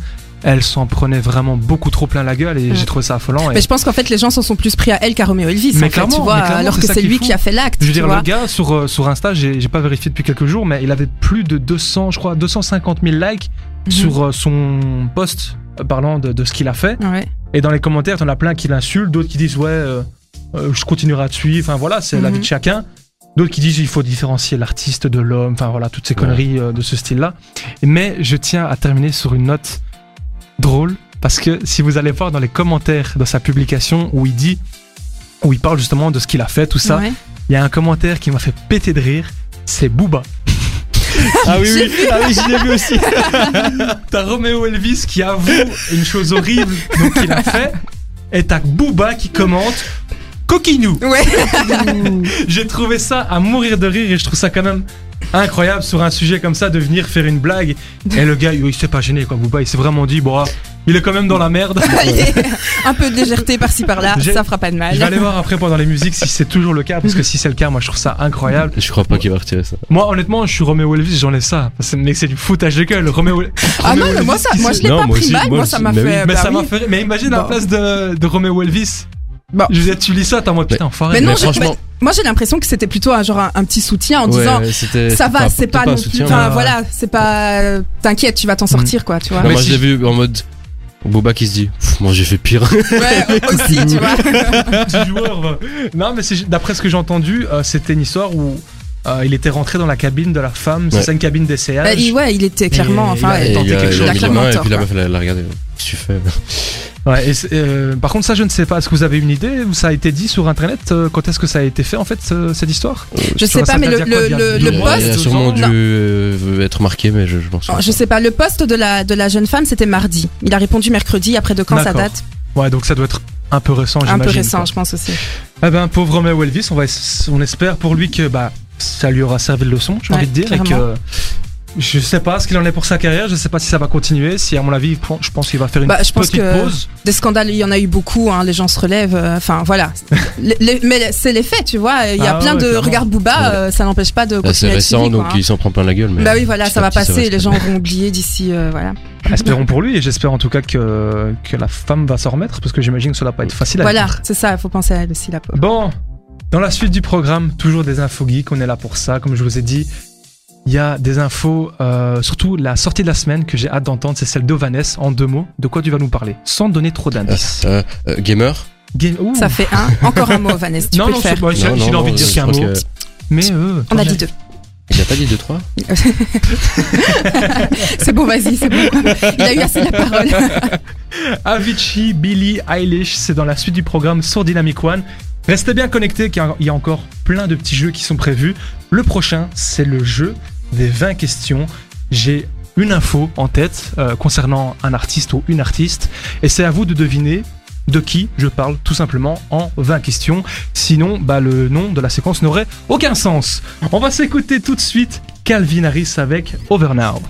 Speaker 2: Elle s'en prenait vraiment beaucoup trop plein la gueule et
Speaker 4: Mhm.
Speaker 2: j'ai trouvé ça affolant. et-
Speaker 4: Mais je pense qu'en fait, les gens s'en sont plus pris à elle qu'à Roméo Elvis,
Speaker 2: Mais
Speaker 4: en fait, tu
Speaker 2: clairement,
Speaker 4: vois,
Speaker 2: mais clairement,
Speaker 4: alors
Speaker 2: c'est
Speaker 4: que
Speaker 2: ça
Speaker 4: c'est
Speaker 2: qui est
Speaker 4: lui
Speaker 2: fou.
Speaker 4: qui a fait l'acte.
Speaker 2: Je veux
Speaker 4: tu
Speaker 2: dire,
Speaker 4: vois.
Speaker 2: le gars sur, euh, sur Insta, j'ai j'ai pas vérifié depuis quelques jours, mais il avait plus de 200, je crois, 250 000 likes
Speaker 4: Mhm.
Speaker 2: sur euh, son post euh, parlant de, de ce qu'il a fait.
Speaker 4: Ouais.
Speaker 2: Et dans les commentaires, t'en as plein qui l'insultent, d'autres qui disent ouais, euh, euh, je continuerai à te suivre. Enfin voilà, c'est la
Speaker 4: Mhm.
Speaker 2: vie de chacun. D'autres qui disent il faut différencier l'artiste de l'homme. Enfin voilà, toutes ces conneries euh, de ce style-là. Mais je tiens à terminer sur une note drôle parce que si vous allez voir dans les commentaires de sa publication où il dit, où il parle justement de ce qu'il a fait, tout ça,
Speaker 4: Ouais.
Speaker 2: il y a un commentaire qui m'a fait péter de rire. C'est Booba.
Speaker 3: Ah oui, oui, ah oui, j'y ai vu aussi.
Speaker 2: T'as Roméo Elvis qui avoue une chose horrible donc, qu'il a fait. Et t'as Booba qui commente Coquinou.
Speaker 4: Ouais.
Speaker 2: J'ai trouvé ça à mourir de rire et je trouve ça quand même incroyable sur un sujet comme ça de venir faire une blague. Et le gars, il s'est pas gêné quoi, Booba. Il s'est vraiment dit, bon, ah, il est quand même dans la merde.
Speaker 4: Allez, un peu de légèreté par-ci par-là,
Speaker 2: J'ai-
Speaker 4: ça fera pas de mal.
Speaker 2: Je vais aller voir après pendant les musiques si c'est toujours le cas parce que si c'est le cas, moi je trouve ça incroyable.
Speaker 3: Je crois pas qu'il va retirer ça.
Speaker 2: Moi, honnêtement, je suis Roméo Elvis, j'enlève ça. Parce que, mec, c'est du foutage de gueule. Roméo,
Speaker 4: Ah
Speaker 2: Roméo
Speaker 4: non, mais moi,
Speaker 2: Elvis
Speaker 4: ça,
Speaker 2: qui
Speaker 4: moi
Speaker 2: se-
Speaker 4: je l'ai
Speaker 3: Non,
Speaker 4: pas
Speaker 3: moi
Speaker 4: pris
Speaker 3: aussi,
Speaker 4: mal,
Speaker 3: moi
Speaker 4: moi
Speaker 3: aussi,
Speaker 4: ça m'a
Speaker 3: mais
Speaker 2: Mais
Speaker 4: fait. bah
Speaker 2: ça m'a
Speaker 4: oui.
Speaker 2: fait. Mais imagine à la
Speaker 4: Bon.
Speaker 2: place de, de Roméo Elvis.
Speaker 4: Bon.
Speaker 2: Je veux dire, tu lis ça, t'es en mode putain, enfoiré.
Speaker 4: Bah. Mais non,
Speaker 3: Mais
Speaker 4: je-
Speaker 3: franchement-
Speaker 4: mais- moi j'ai l'impression que c'était plutôt un genre un, un petit soutien en disant
Speaker 3: Ouais, c'était-
Speaker 4: ça va,
Speaker 3: enfin,
Speaker 4: c'est
Speaker 3: peut-être
Speaker 4: pas,
Speaker 3: un
Speaker 4: non plus.
Speaker 3: soutien, euh,
Speaker 4: Enfin
Speaker 2: mais-
Speaker 4: voilà, c'est pas. euh, T'inquiète, tu vas t'en sortir quoi, tu vois.
Speaker 3: Non,
Speaker 2: Mais
Speaker 3: moi,
Speaker 2: si-
Speaker 3: je l'ai vu en mode Boba qui se dit Pff, Moi, j'ai fait pire.
Speaker 4: Ouais, aussi, tu vois.
Speaker 2: du joueur. va. Non, mais c'est- d'après ce que j'ai entendu, euh, c'était une histoire où euh, il était rentré dans la cabine de la femme.
Speaker 3: Ouais.
Speaker 2: C'est une cabine d'essayage.
Speaker 4: Bah, il- ouais, il était clairement.
Speaker 2: il
Speaker 4: enfin,
Speaker 2: a-
Speaker 4: ouais.
Speaker 2: il tenté
Speaker 3: il a-
Speaker 2: quelque
Speaker 3: il
Speaker 2: chose.
Speaker 3: a
Speaker 4: Il
Speaker 3: mis la
Speaker 4: a
Speaker 3: main,
Speaker 4: clairement
Speaker 3: et puis la
Speaker 4: tort,
Speaker 3: meuf, elle a elle a regardé. Qu'est-ce que tu fais
Speaker 2: Ouais, et c'est- euh, par contre, ça, je ne sais pas. Est-ce que vous avez une idée où ça a été dit sur internet euh, Quand est-ce que ça a été fait en fait ce- cette histoire
Speaker 4: Je sais
Speaker 2: Sur
Speaker 4: pas, mais le,
Speaker 2: Internet, il y a quoi,
Speaker 4: le,
Speaker 2: il y a
Speaker 4: Euh, le,
Speaker 2: deux
Speaker 4: le
Speaker 3: Il
Speaker 2: mois,
Speaker 3: a-
Speaker 4: poste.
Speaker 3: il a
Speaker 2: poste,
Speaker 3: sûrement
Speaker 2: genre,
Speaker 3: dû
Speaker 4: non.
Speaker 3: euh, être marqué, mais je, je m'en
Speaker 4: Non,
Speaker 3: souviens.
Speaker 4: Je sais pas, le poste de la, de la jeune femme, c'était mardi. Il a répondu mercredi, après de quand ça
Speaker 2: D'accord.
Speaker 4: date
Speaker 2: Ouais, donc ça doit être un peu récent,
Speaker 4: Un
Speaker 2: j'imagine.
Speaker 4: peu récent,
Speaker 2: quoi.
Speaker 4: je pense aussi.
Speaker 2: Ah ben, pauvre Roméo Elvis, on, va es- on espère pour lui que bah, ça lui aura servi de leçon, j'ai
Speaker 4: Ouais,
Speaker 2: envie de dire. Et
Speaker 4: clairement.
Speaker 2: que, je sais pas ce qu'il en est pour sa carrière, je sais pas si ça va continuer. Si, à mon avis, il prend- je pense qu'il va faire une
Speaker 4: Bah, je pense
Speaker 2: petite
Speaker 4: que-
Speaker 2: pause.
Speaker 4: Des scandales, il y en a eu beaucoup, hein, les gens se relèvent, euh, enfin voilà. Les- les- mais c'est les faits, tu vois. Il y a
Speaker 2: Ah
Speaker 4: plein
Speaker 2: ouais,
Speaker 4: de
Speaker 2: clairement.
Speaker 4: regarde Booba, euh, ça n'empêche pas de
Speaker 3: Là, c'est
Speaker 4: continuer à être
Speaker 3: récent,
Speaker 4: suivi,
Speaker 3: donc
Speaker 4: quoi,
Speaker 3: il s'en prend plein la gueule. mais
Speaker 4: Bah oui, voilà,
Speaker 3: petit
Speaker 4: ça
Speaker 3: à
Speaker 4: va
Speaker 3: petit,
Speaker 4: passer,
Speaker 3: se
Speaker 4: les gens auront oublié d'ici, euh, voilà.
Speaker 2: Espérons pour lui et j'espère en tout cas que, que la femme va s'en remettre parce que j'imagine que ça va pas être facile à
Speaker 4: Voilà,
Speaker 2: vivre.
Speaker 4: c'est ça, il faut penser à elle aussi, la pauvre.
Speaker 2: Bon, dans la suite du programme, toujours des infos geeks, on est là pour ça, comme je vous ai dit. Il y a des infos, euh, surtout la sortie de la semaine que j'ai hâte d'entendre, c'est celle d'Ovanès en deux mots. De quoi tu vas nous parler Sans donner trop d'indices.
Speaker 3: Euh, euh, gamer
Speaker 2: Game... ouh.
Speaker 4: Ça fait un, encore un mot, Vanessa, tu
Speaker 2: Hmm. non,
Speaker 4: peux
Speaker 2: non,
Speaker 4: le
Speaker 2: c'est
Speaker 4: faire.
Speaker 2: bon, j'ai
Speaker 3: Non,
Speaker 2: j'ai
Speaker 3: non,
Speaker 2: envie de
Speaker 3: non,
Speaker 2: dire
Speaker 3: je
Speaker 2: qu'un
Speaker 3: pense
Speaker 2: mot.
Speaker 3: que-
Speaker 2: Mais euh,
Speaker 4: On a
Speaker 2: j'ai-
Speaker 4: dit deux.
Speaker 3: Il a pas dit 2-3
Speaker 4: c'est bon, vas-y, c'est bon. Il a eu assez la parole.
Speaker 2: Avicii, Billie Eilish, c'est dans la suite du programme sur Dynamic One. Restez bien connectés car il y a encore plein de petits jeux qui sont prévus. Le prochain, c'est le jeu des 20 questions. J'ai une info en tête euh, concernant un artiste ou une artiste et c'est à vous de deviner de qui je parle tout simplement en 20 questions. Sinon, bah, le nom de la séquence n'aurait aucun sens. On va s'écouter tout de suite Calvin Harris avec Over Now.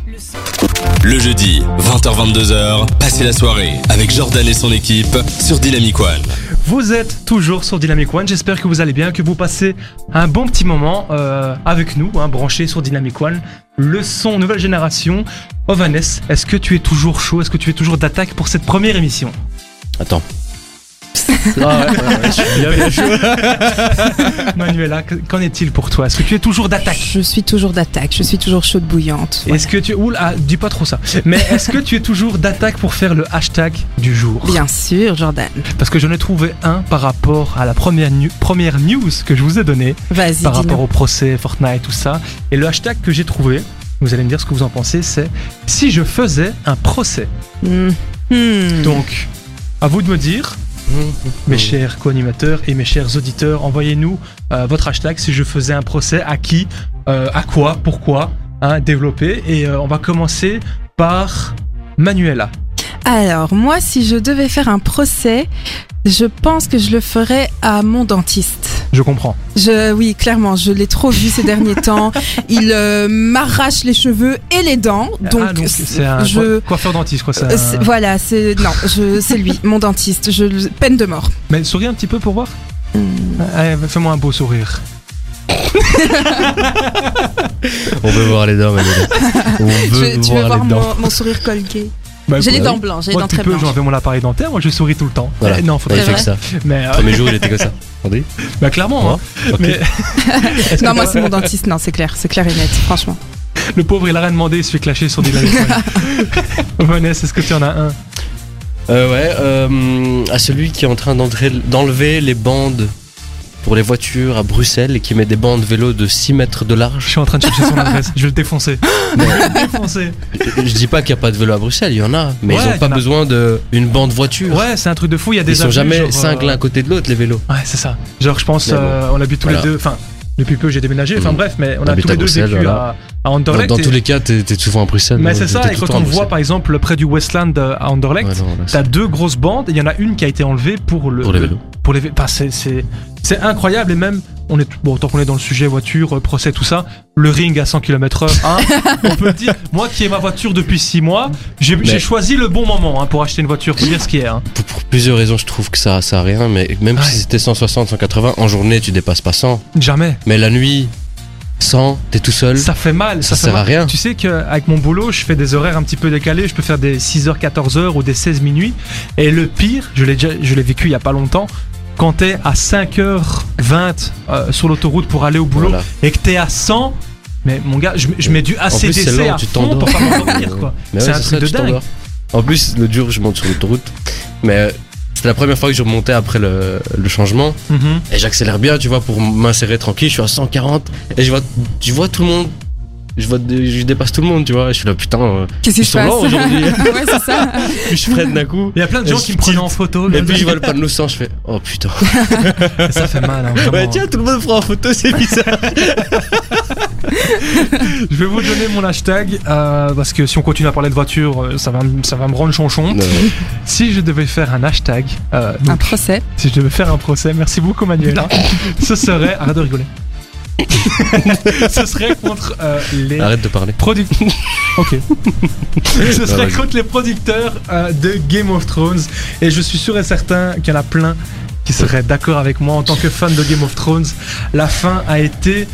Speaker 1: Le jeudi, 20h-22h, passez la soirée avec Jordan et son équipe sur Dynamic One.
Speaker 2: Vous êtes toujours sur Dynamic One. J'espère que vous allez bien, que vous passez un bon petit moment euh, avec nous, hein, branchés sur Dynamic One. Le son nouvelle génération. Oh Vanessa, est-ce que tu es toujours chaud Est-ce que tu es toujours d'attaque pour cette première émission
Speaker 3: Attends. Ah ouais, ouais, ouais, je suis bien, bien chaud.
Speaker 2: Manuela, que- qu'en est-il pour toi Est-ce que tu es toujours d'attaque
Speaker 4: Je suis toujours d'attaque, je suis toujours chaude bouillante.
Speaker 2: Est-ce que tu. Oula, ah, dis pas trop ça. Mais est-ce que tu es toujours d'attaque pour faire le hashtag du jour
Speaker 4: Bien sûr, Jordan.
Speaker 2: Parce que j'en ai trouvé un par rapport à la première, nu- première news que je vous ai donnée,
Speaker 4: Vas-y,
Speaker 2: par rapport
Speaker 4: dis-nous.
Speaker 2: au procès, Fortnite, tout ça. Et le hashtag que j'ai trouvé, vous allez me dire ce que vous en pensez, c'est si je faisais un procès.
Speaker 4: Hmm, hmm.
Speaker 2: Donc, à vous de me dire,
Speaker 4: Mm.
Speaker 2: mes chers co-animateurs et mes chers auditeurs, envoyez-nous euh, votre hashtag si je faisais un procès, à qui, euh, à quoi, pourquoi, hein, développer. Et euh, on va commencer par Manuela.
Speaker 4: Alors, moi, si je devais faire un procès, je pense que je le ferais à mon dentiste.
Speaker 2: Je comprends.
Speaker 4: Je, oui, clairement, je l'ai trop vu ces derniers temps. Il euh, m'arrache les cheveux et les dents. Donc,
Speaker 2: Ah, c'est un
Speaker 4: je.
Speaker 2: coi- coiffeur dentiste, quoi. c'est
Speaker 4: euh,
Speaker 2: un-
Speaker 4: c'est- Voilà, c'est non, je, c'est lui, mon dentiste. Je le- peine de mort.
Speaker 2: Mais souris un petit peu pour voir.
Speaker 4: Mm.
Speaker 2: Allez, fais-moi un beau sourire.
Speaker 3: On veut voir les dents, Manuela. On veut
Speaker 4: Je- tu veux
Speaker 3: voir
Speaker 4: voir
Speaker 3: les dents.
Speaker 4: mon, mon sourire colgué
Speaker 2: Bah,
Speaker 4: J'ai les
Speaker 2: quoi,
Speaker 4: dents
Speaker 2: oui.
Speaker 4: blanches, j'ai les
Speaker 2: Moi,
Speaker 4: dents
Speaker 2: tu
Speaker 4: très
Speaker 2: peux,
Speaker 4: blanches.
Speaker 2: j'enlève mon appareil dentaire, moi je souris tout le temps.
Speaker 3: Voilà.
Speaker 2: Eh, Non, faut
Speaker 3: Ouais,
Speaker 2: pas.
Speaker 3: il fait que
Speaker 4: vrai.
Speaker 3: ça.
Speaker 2: Mais euh,
Speaker 3: Premier jour, il était comme ça. Attendez.
Speaker 2: bah, clairement, hein.
Speaker 3: Ok.
Speaker 2: Mais- Est-ce
Speaker 4: Non,
Speaker 2: que-
Speaker 4: moi c'est mon dentiste. Non, c'est clair, c'est clair et net, franchement.
Speaker 2: le pauvre il a rien demandé, il se fait clasher sur des Vanessa, est-ce que tu en as un
Speaker 3: Euh, ouais, euh, à celui qui est en train d'entrer- d'enlever les bandes pour les voitures à Bruxelles et qui met des bandes vélo de 6 mètres de
Speaker 2: Je
Speaker 3: large.
Speaker 2: suis en train de chercher son adresse, je vais le défoncer. Je vais le défoncer.
Speaker 3: Je je dis pas qu'il n'y a pas de vélo à Bruxelles, il y en a, mais
Speaker 2: Ouais,
Speaker 3: ils
Speaker 2: il y
Speaker 3: ont pas
Speaker 2: en a.
Speaker 3: besoin d'une bande voiture.
Speaker 2: Ouais, c'est un truc de fou, il y a des
Speaker 3: Ils sont
Speaker 2: abus,
Speaker 3: jamais
Speaker 2: genre,
Speaker 3: cinq
Speaker 2: euh,
Speaker 3: l'un à côté de l'autre, les vélos.
Speaker 2: Ouais, c'est ça. Genre, je pense,
Speaker 3: Mais bon.
Speaker 2: euh, on habite tous les
Speaker 3: Voilà.
Speaker 2: deux. Enfin, depuis peu, j'ai déménagé. Enfin,
Speaker 3: Mm.
Speaker 2: bref, mais on
Speaker 3: On
Speaker 2: a
Speaker 3: habite
Speaker 2: tous les
Speaker 3: à
Speaker 2: deux
Speaker 3: Bruxelles,
Speaker 2: vécu
Speaker 3: voilà.
Speaker 2: à, à
Speaker 3: Dans,
Speaker 2: Anderlecht.
Speaker 3: dans
Speaker 2: et-
Speaker 3: tous les cas, t'es t'es souvent à Bruxelles.
Speaker 2: Mais
Speaker 3: donc
Speaker 2: c'est
Speaker 3: t'es
Speaker 2: ça,
Speaker 3: tout
Speaker 2: et
Speaker 3: le
Speaker 2: quand
Speaker 3: temps à
Speaker 2: on
Speaker 3: Bruxelles.
Speaker 2: voit par exemple près du Westland euh, à Anderlecht,
Speaker 3: Ouais, non, là, c'est-
Speaker 2: t'as deux grosses bandes, et il y en a une qui a été enlevée pour le.
Speaker 3: Pour les vélos.
Speaker 2: pour les vé- enfin, c'est, c'est, c'est incroyable, et même, on est, bon, tant qu'on est dans le sujet voiture, euh, procès, tout ça, le ring à 100 km/h, hein, on peut le dire, moi qui ai ma voiture depuis 6 mois, j'ai, j'ai
Speaker 3: Mais-
Speaker 2: choisi le bon moment hein, pour acheter une voiture, faut dire ce qu'il y a. hein.
Speaker 3: Pour, pour plusieurs raisons, je trouve que ça, ça a rien, mais même
Speaker 2: Ouais.
Speaker 3: si c'était 160, 180, en journée, tu dépasses pas 100.
Speaker 2: Jamais.
Speaker 3: Mais la nuit, 100, t'es tout seul.
Speaker 2: Ça fait mal, ça,
Speaker 3: Ça
Speaker 2: fait
Speaker 3: sert à
Speaker 2: mal.
Speaker 3: rien.
Speaker 2: Tu sais qu'avec mon boulot, je fais des horaires un petit peu décalés, je peux faire des 6h, 14h ou des 16 minuit. Et le pire, je l'ai déjà- je l'ai vécu il y a pas longtemps, quand t'es à 5h20 euh, sur l'autoroute pour aller au boulot
Speaker 3: Voilà.
Speaker 2: et que t'es à 100, mais mon gars, je, je mets du
Speaker 3: plus, c'est
Speaker 2: ACDC
Speaker 3: lent,
Speaker 2: à
Speaker 3: tu
Speaker 2: fond pour
Speaker 3: t'endors.
Speaker 2: pas m'endormir quoi.
Speaker 3: Mais
Speaker 2: C'est
Speaker 3: ouais,
Speaker 2: un truc
Speaker 3: ça,
Speaker 2: de
Speaker 3: tu
Speaker 2: dingue.
Speaker 3: t'endors. En plus, le jour, je monte sur l'autoroute, mais euh, c'était la première fois que je remontais après le, le changement.
Speaker 2: Mhm.
Speaker 3: Et j'accélère bien, tu vois, pour m'insérer tranquille. Je suis à 140 et je vois, je vois tout le monde. Je, vois, je dépasse tout le monde, tu vois. Je suis là, putain, euh,
Speaker 4: Qu'est-ce qui
Speaker 3: Ils
Speaker 4: se
Speaker 3: sont
Speaker 4: passe
Speaker 3: lents aujourd'hui.
Speaker 4: Ouais, c'est ça.
Speaker 3: puis je freine d'un coup.
Speaker 2: Il y a plein de
Speaker 3: Et
Speaker 2: gens
Speaker 3: je
Speaker 2: qui me
Speaker 3: tilte.
Speaker 2: prenaient en photo,
Speaker 3: Et
Speaker 2: le-
Speaker 3: puis je vois le panneau 100, je fais, oh putain.
Speaker 2: ça fait mal. hein,
Speaker 3: Ouais,
Speaker 2: vraiment.
Speaker 3: tiens, tout le monde prend en photo, c'est bizarre.
Speaker 2: je vais vous donner mon hashtag euh, parce que si on continue à parler de voiture, euh, ça va, me- ça va me rendre chonchon. Si je devais faire un hashtag, euh,
Speaker 4: Un
Speaker 2: donc,
Speaker 4: procès.
Speaker 2: si je devais faire un procès, merci beaucoup Manuela, ce serait. Arrête de rigoler. ce serait contre euh, les
Speaker 3: Arrête de parler.
Speaker 2: producteurs. ok. ce
Speaker 3: Ouais,
Speaker 2: serait
Speaker 3: vas-y.
Speaker 2: contre les producteurs euh, de Game of Thrones. Et je suis sûr et certain qu'il y en a plein qui seraient d'accord avec moi en tant que fan de Game of Thrones. La fin a été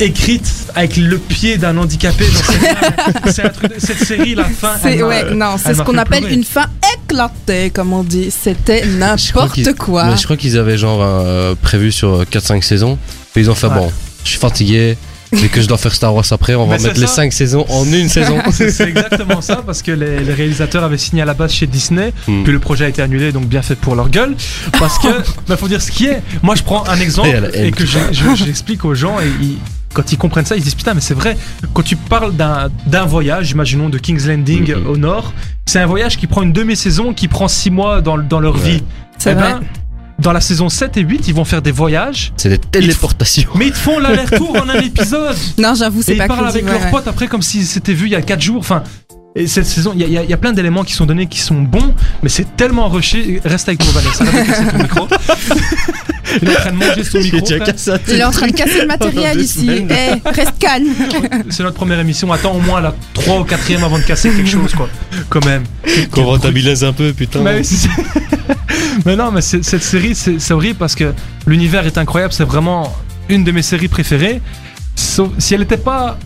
Speaker 2: écrite avec le pied d'un handicapé. J'en sais rien. C'est un truc de- Cette série, la fin. elle
Speaker 4: C'est
Speaker 2: m'a-
Speaker 4: ouais, non, c'est
Speaker 2: elle
Speaker 4: ce
Speaker 2: m'a
Speaker 4: qu'on
Speaker 2: fait
Speaker 4: appelle
Speaker 2: pleurer.
Speaker 4: une fin éclatée, comme on dit. C'était
Speaker 3: crois qu'ils-
Speaker 4: n'importe quoi.
Speaker 3: Mais je crois qu'ils avaient genre euh, prévu sur 4-5 saisons. Et ils ont fait
Speaker 2: Ouais.
Speaker 3: bon, je suis fatigué, mais que je dois faire Star Wars après, on
Speaker 2: Mais
Speaker 3: va
Speaker 2: c'est
Speaker 3: mettre les
Speaker 2: ça.
Speaker 3: 5 saisons en une saison.
Speaker 2: C'est c'est exactement ça, parce que les, les réalisateurs avaient signé à la base chez Disney,
Speaker 3: Hmm.
Speaker 2: puis le projet a été annulé, donc bien fait pour leur gueule. Parce que, bah, faut dire ce qui est. Moi, je prends un exemple
Speaker 3: Et elle- elle-
Speaker 2: et que je- je- j'explique aux gens et ils- Quand ils comprennent ça, ils se disent putain, mais c'est vrai. Quand tu parles d'un d'un voyage, imaginons de King's Landing
Speaker 3: Mhm.
Speaker 2: au nord, c'est un voyage qui prend une demi-saison, qui prend six mois dans, dans leur
Speaker 3: Ouais.
Speaker 2: vie.
Speaker 4: C'est
Speaker 2: Eh
Speaker 4: vrai.
Speaker 2: ben, dans la saison 7 et 8, ils vont faire des voyages,
Speaker 3: C'est des téléportations.
Speaker 2: mais ils te font l'aller-retour en un épisode.
Speaker 4: Non, j'avoue,
Speaker 2: Et
Speaker 4: c'est
Speaker 2: ils
Speaker 4: pas
Speaker 2: parlent
Speaker 4: crédible.
Speaker 2: avec
Speaker 4: ouais,
Speaker 2: leurs
Speaker 4: ouais.
Speaker 2: potes après comme s'ils s'étaient vus il y a 4 jours. Enfin, et cette saison, il y, a- il y a- il y a plein d'éléments qui sont donnés qui sont bons, mais c'est tellement rushé. Reste avec moi, Vanessa. Arrête de casser ton micro. Il est en train de manger son micro. frère.
Speaker 4: Il est en train de casser le
Speaker 3: Pendant
Speaker 4: matériel
Speaker 3: deux
Speaker 4: ici.
Speaker 3: semaines.
Speaker 4: Eh, reste calme.
Speaker 2: C'est notre première émission. Attends au moins la 3 ou 4 avant de casser quelque chose, quoi. Quand même.
Speaker 3: Qu'on rentabilise un peu, putain.
Speaker 2: Mais, Bah oui, c'est- mais non, mais c'est- cette série, c'est c'est horrible parce que l'univers est incroyable. C'est vraiment une de mes séries préférées. Sauf- si elle n'était pas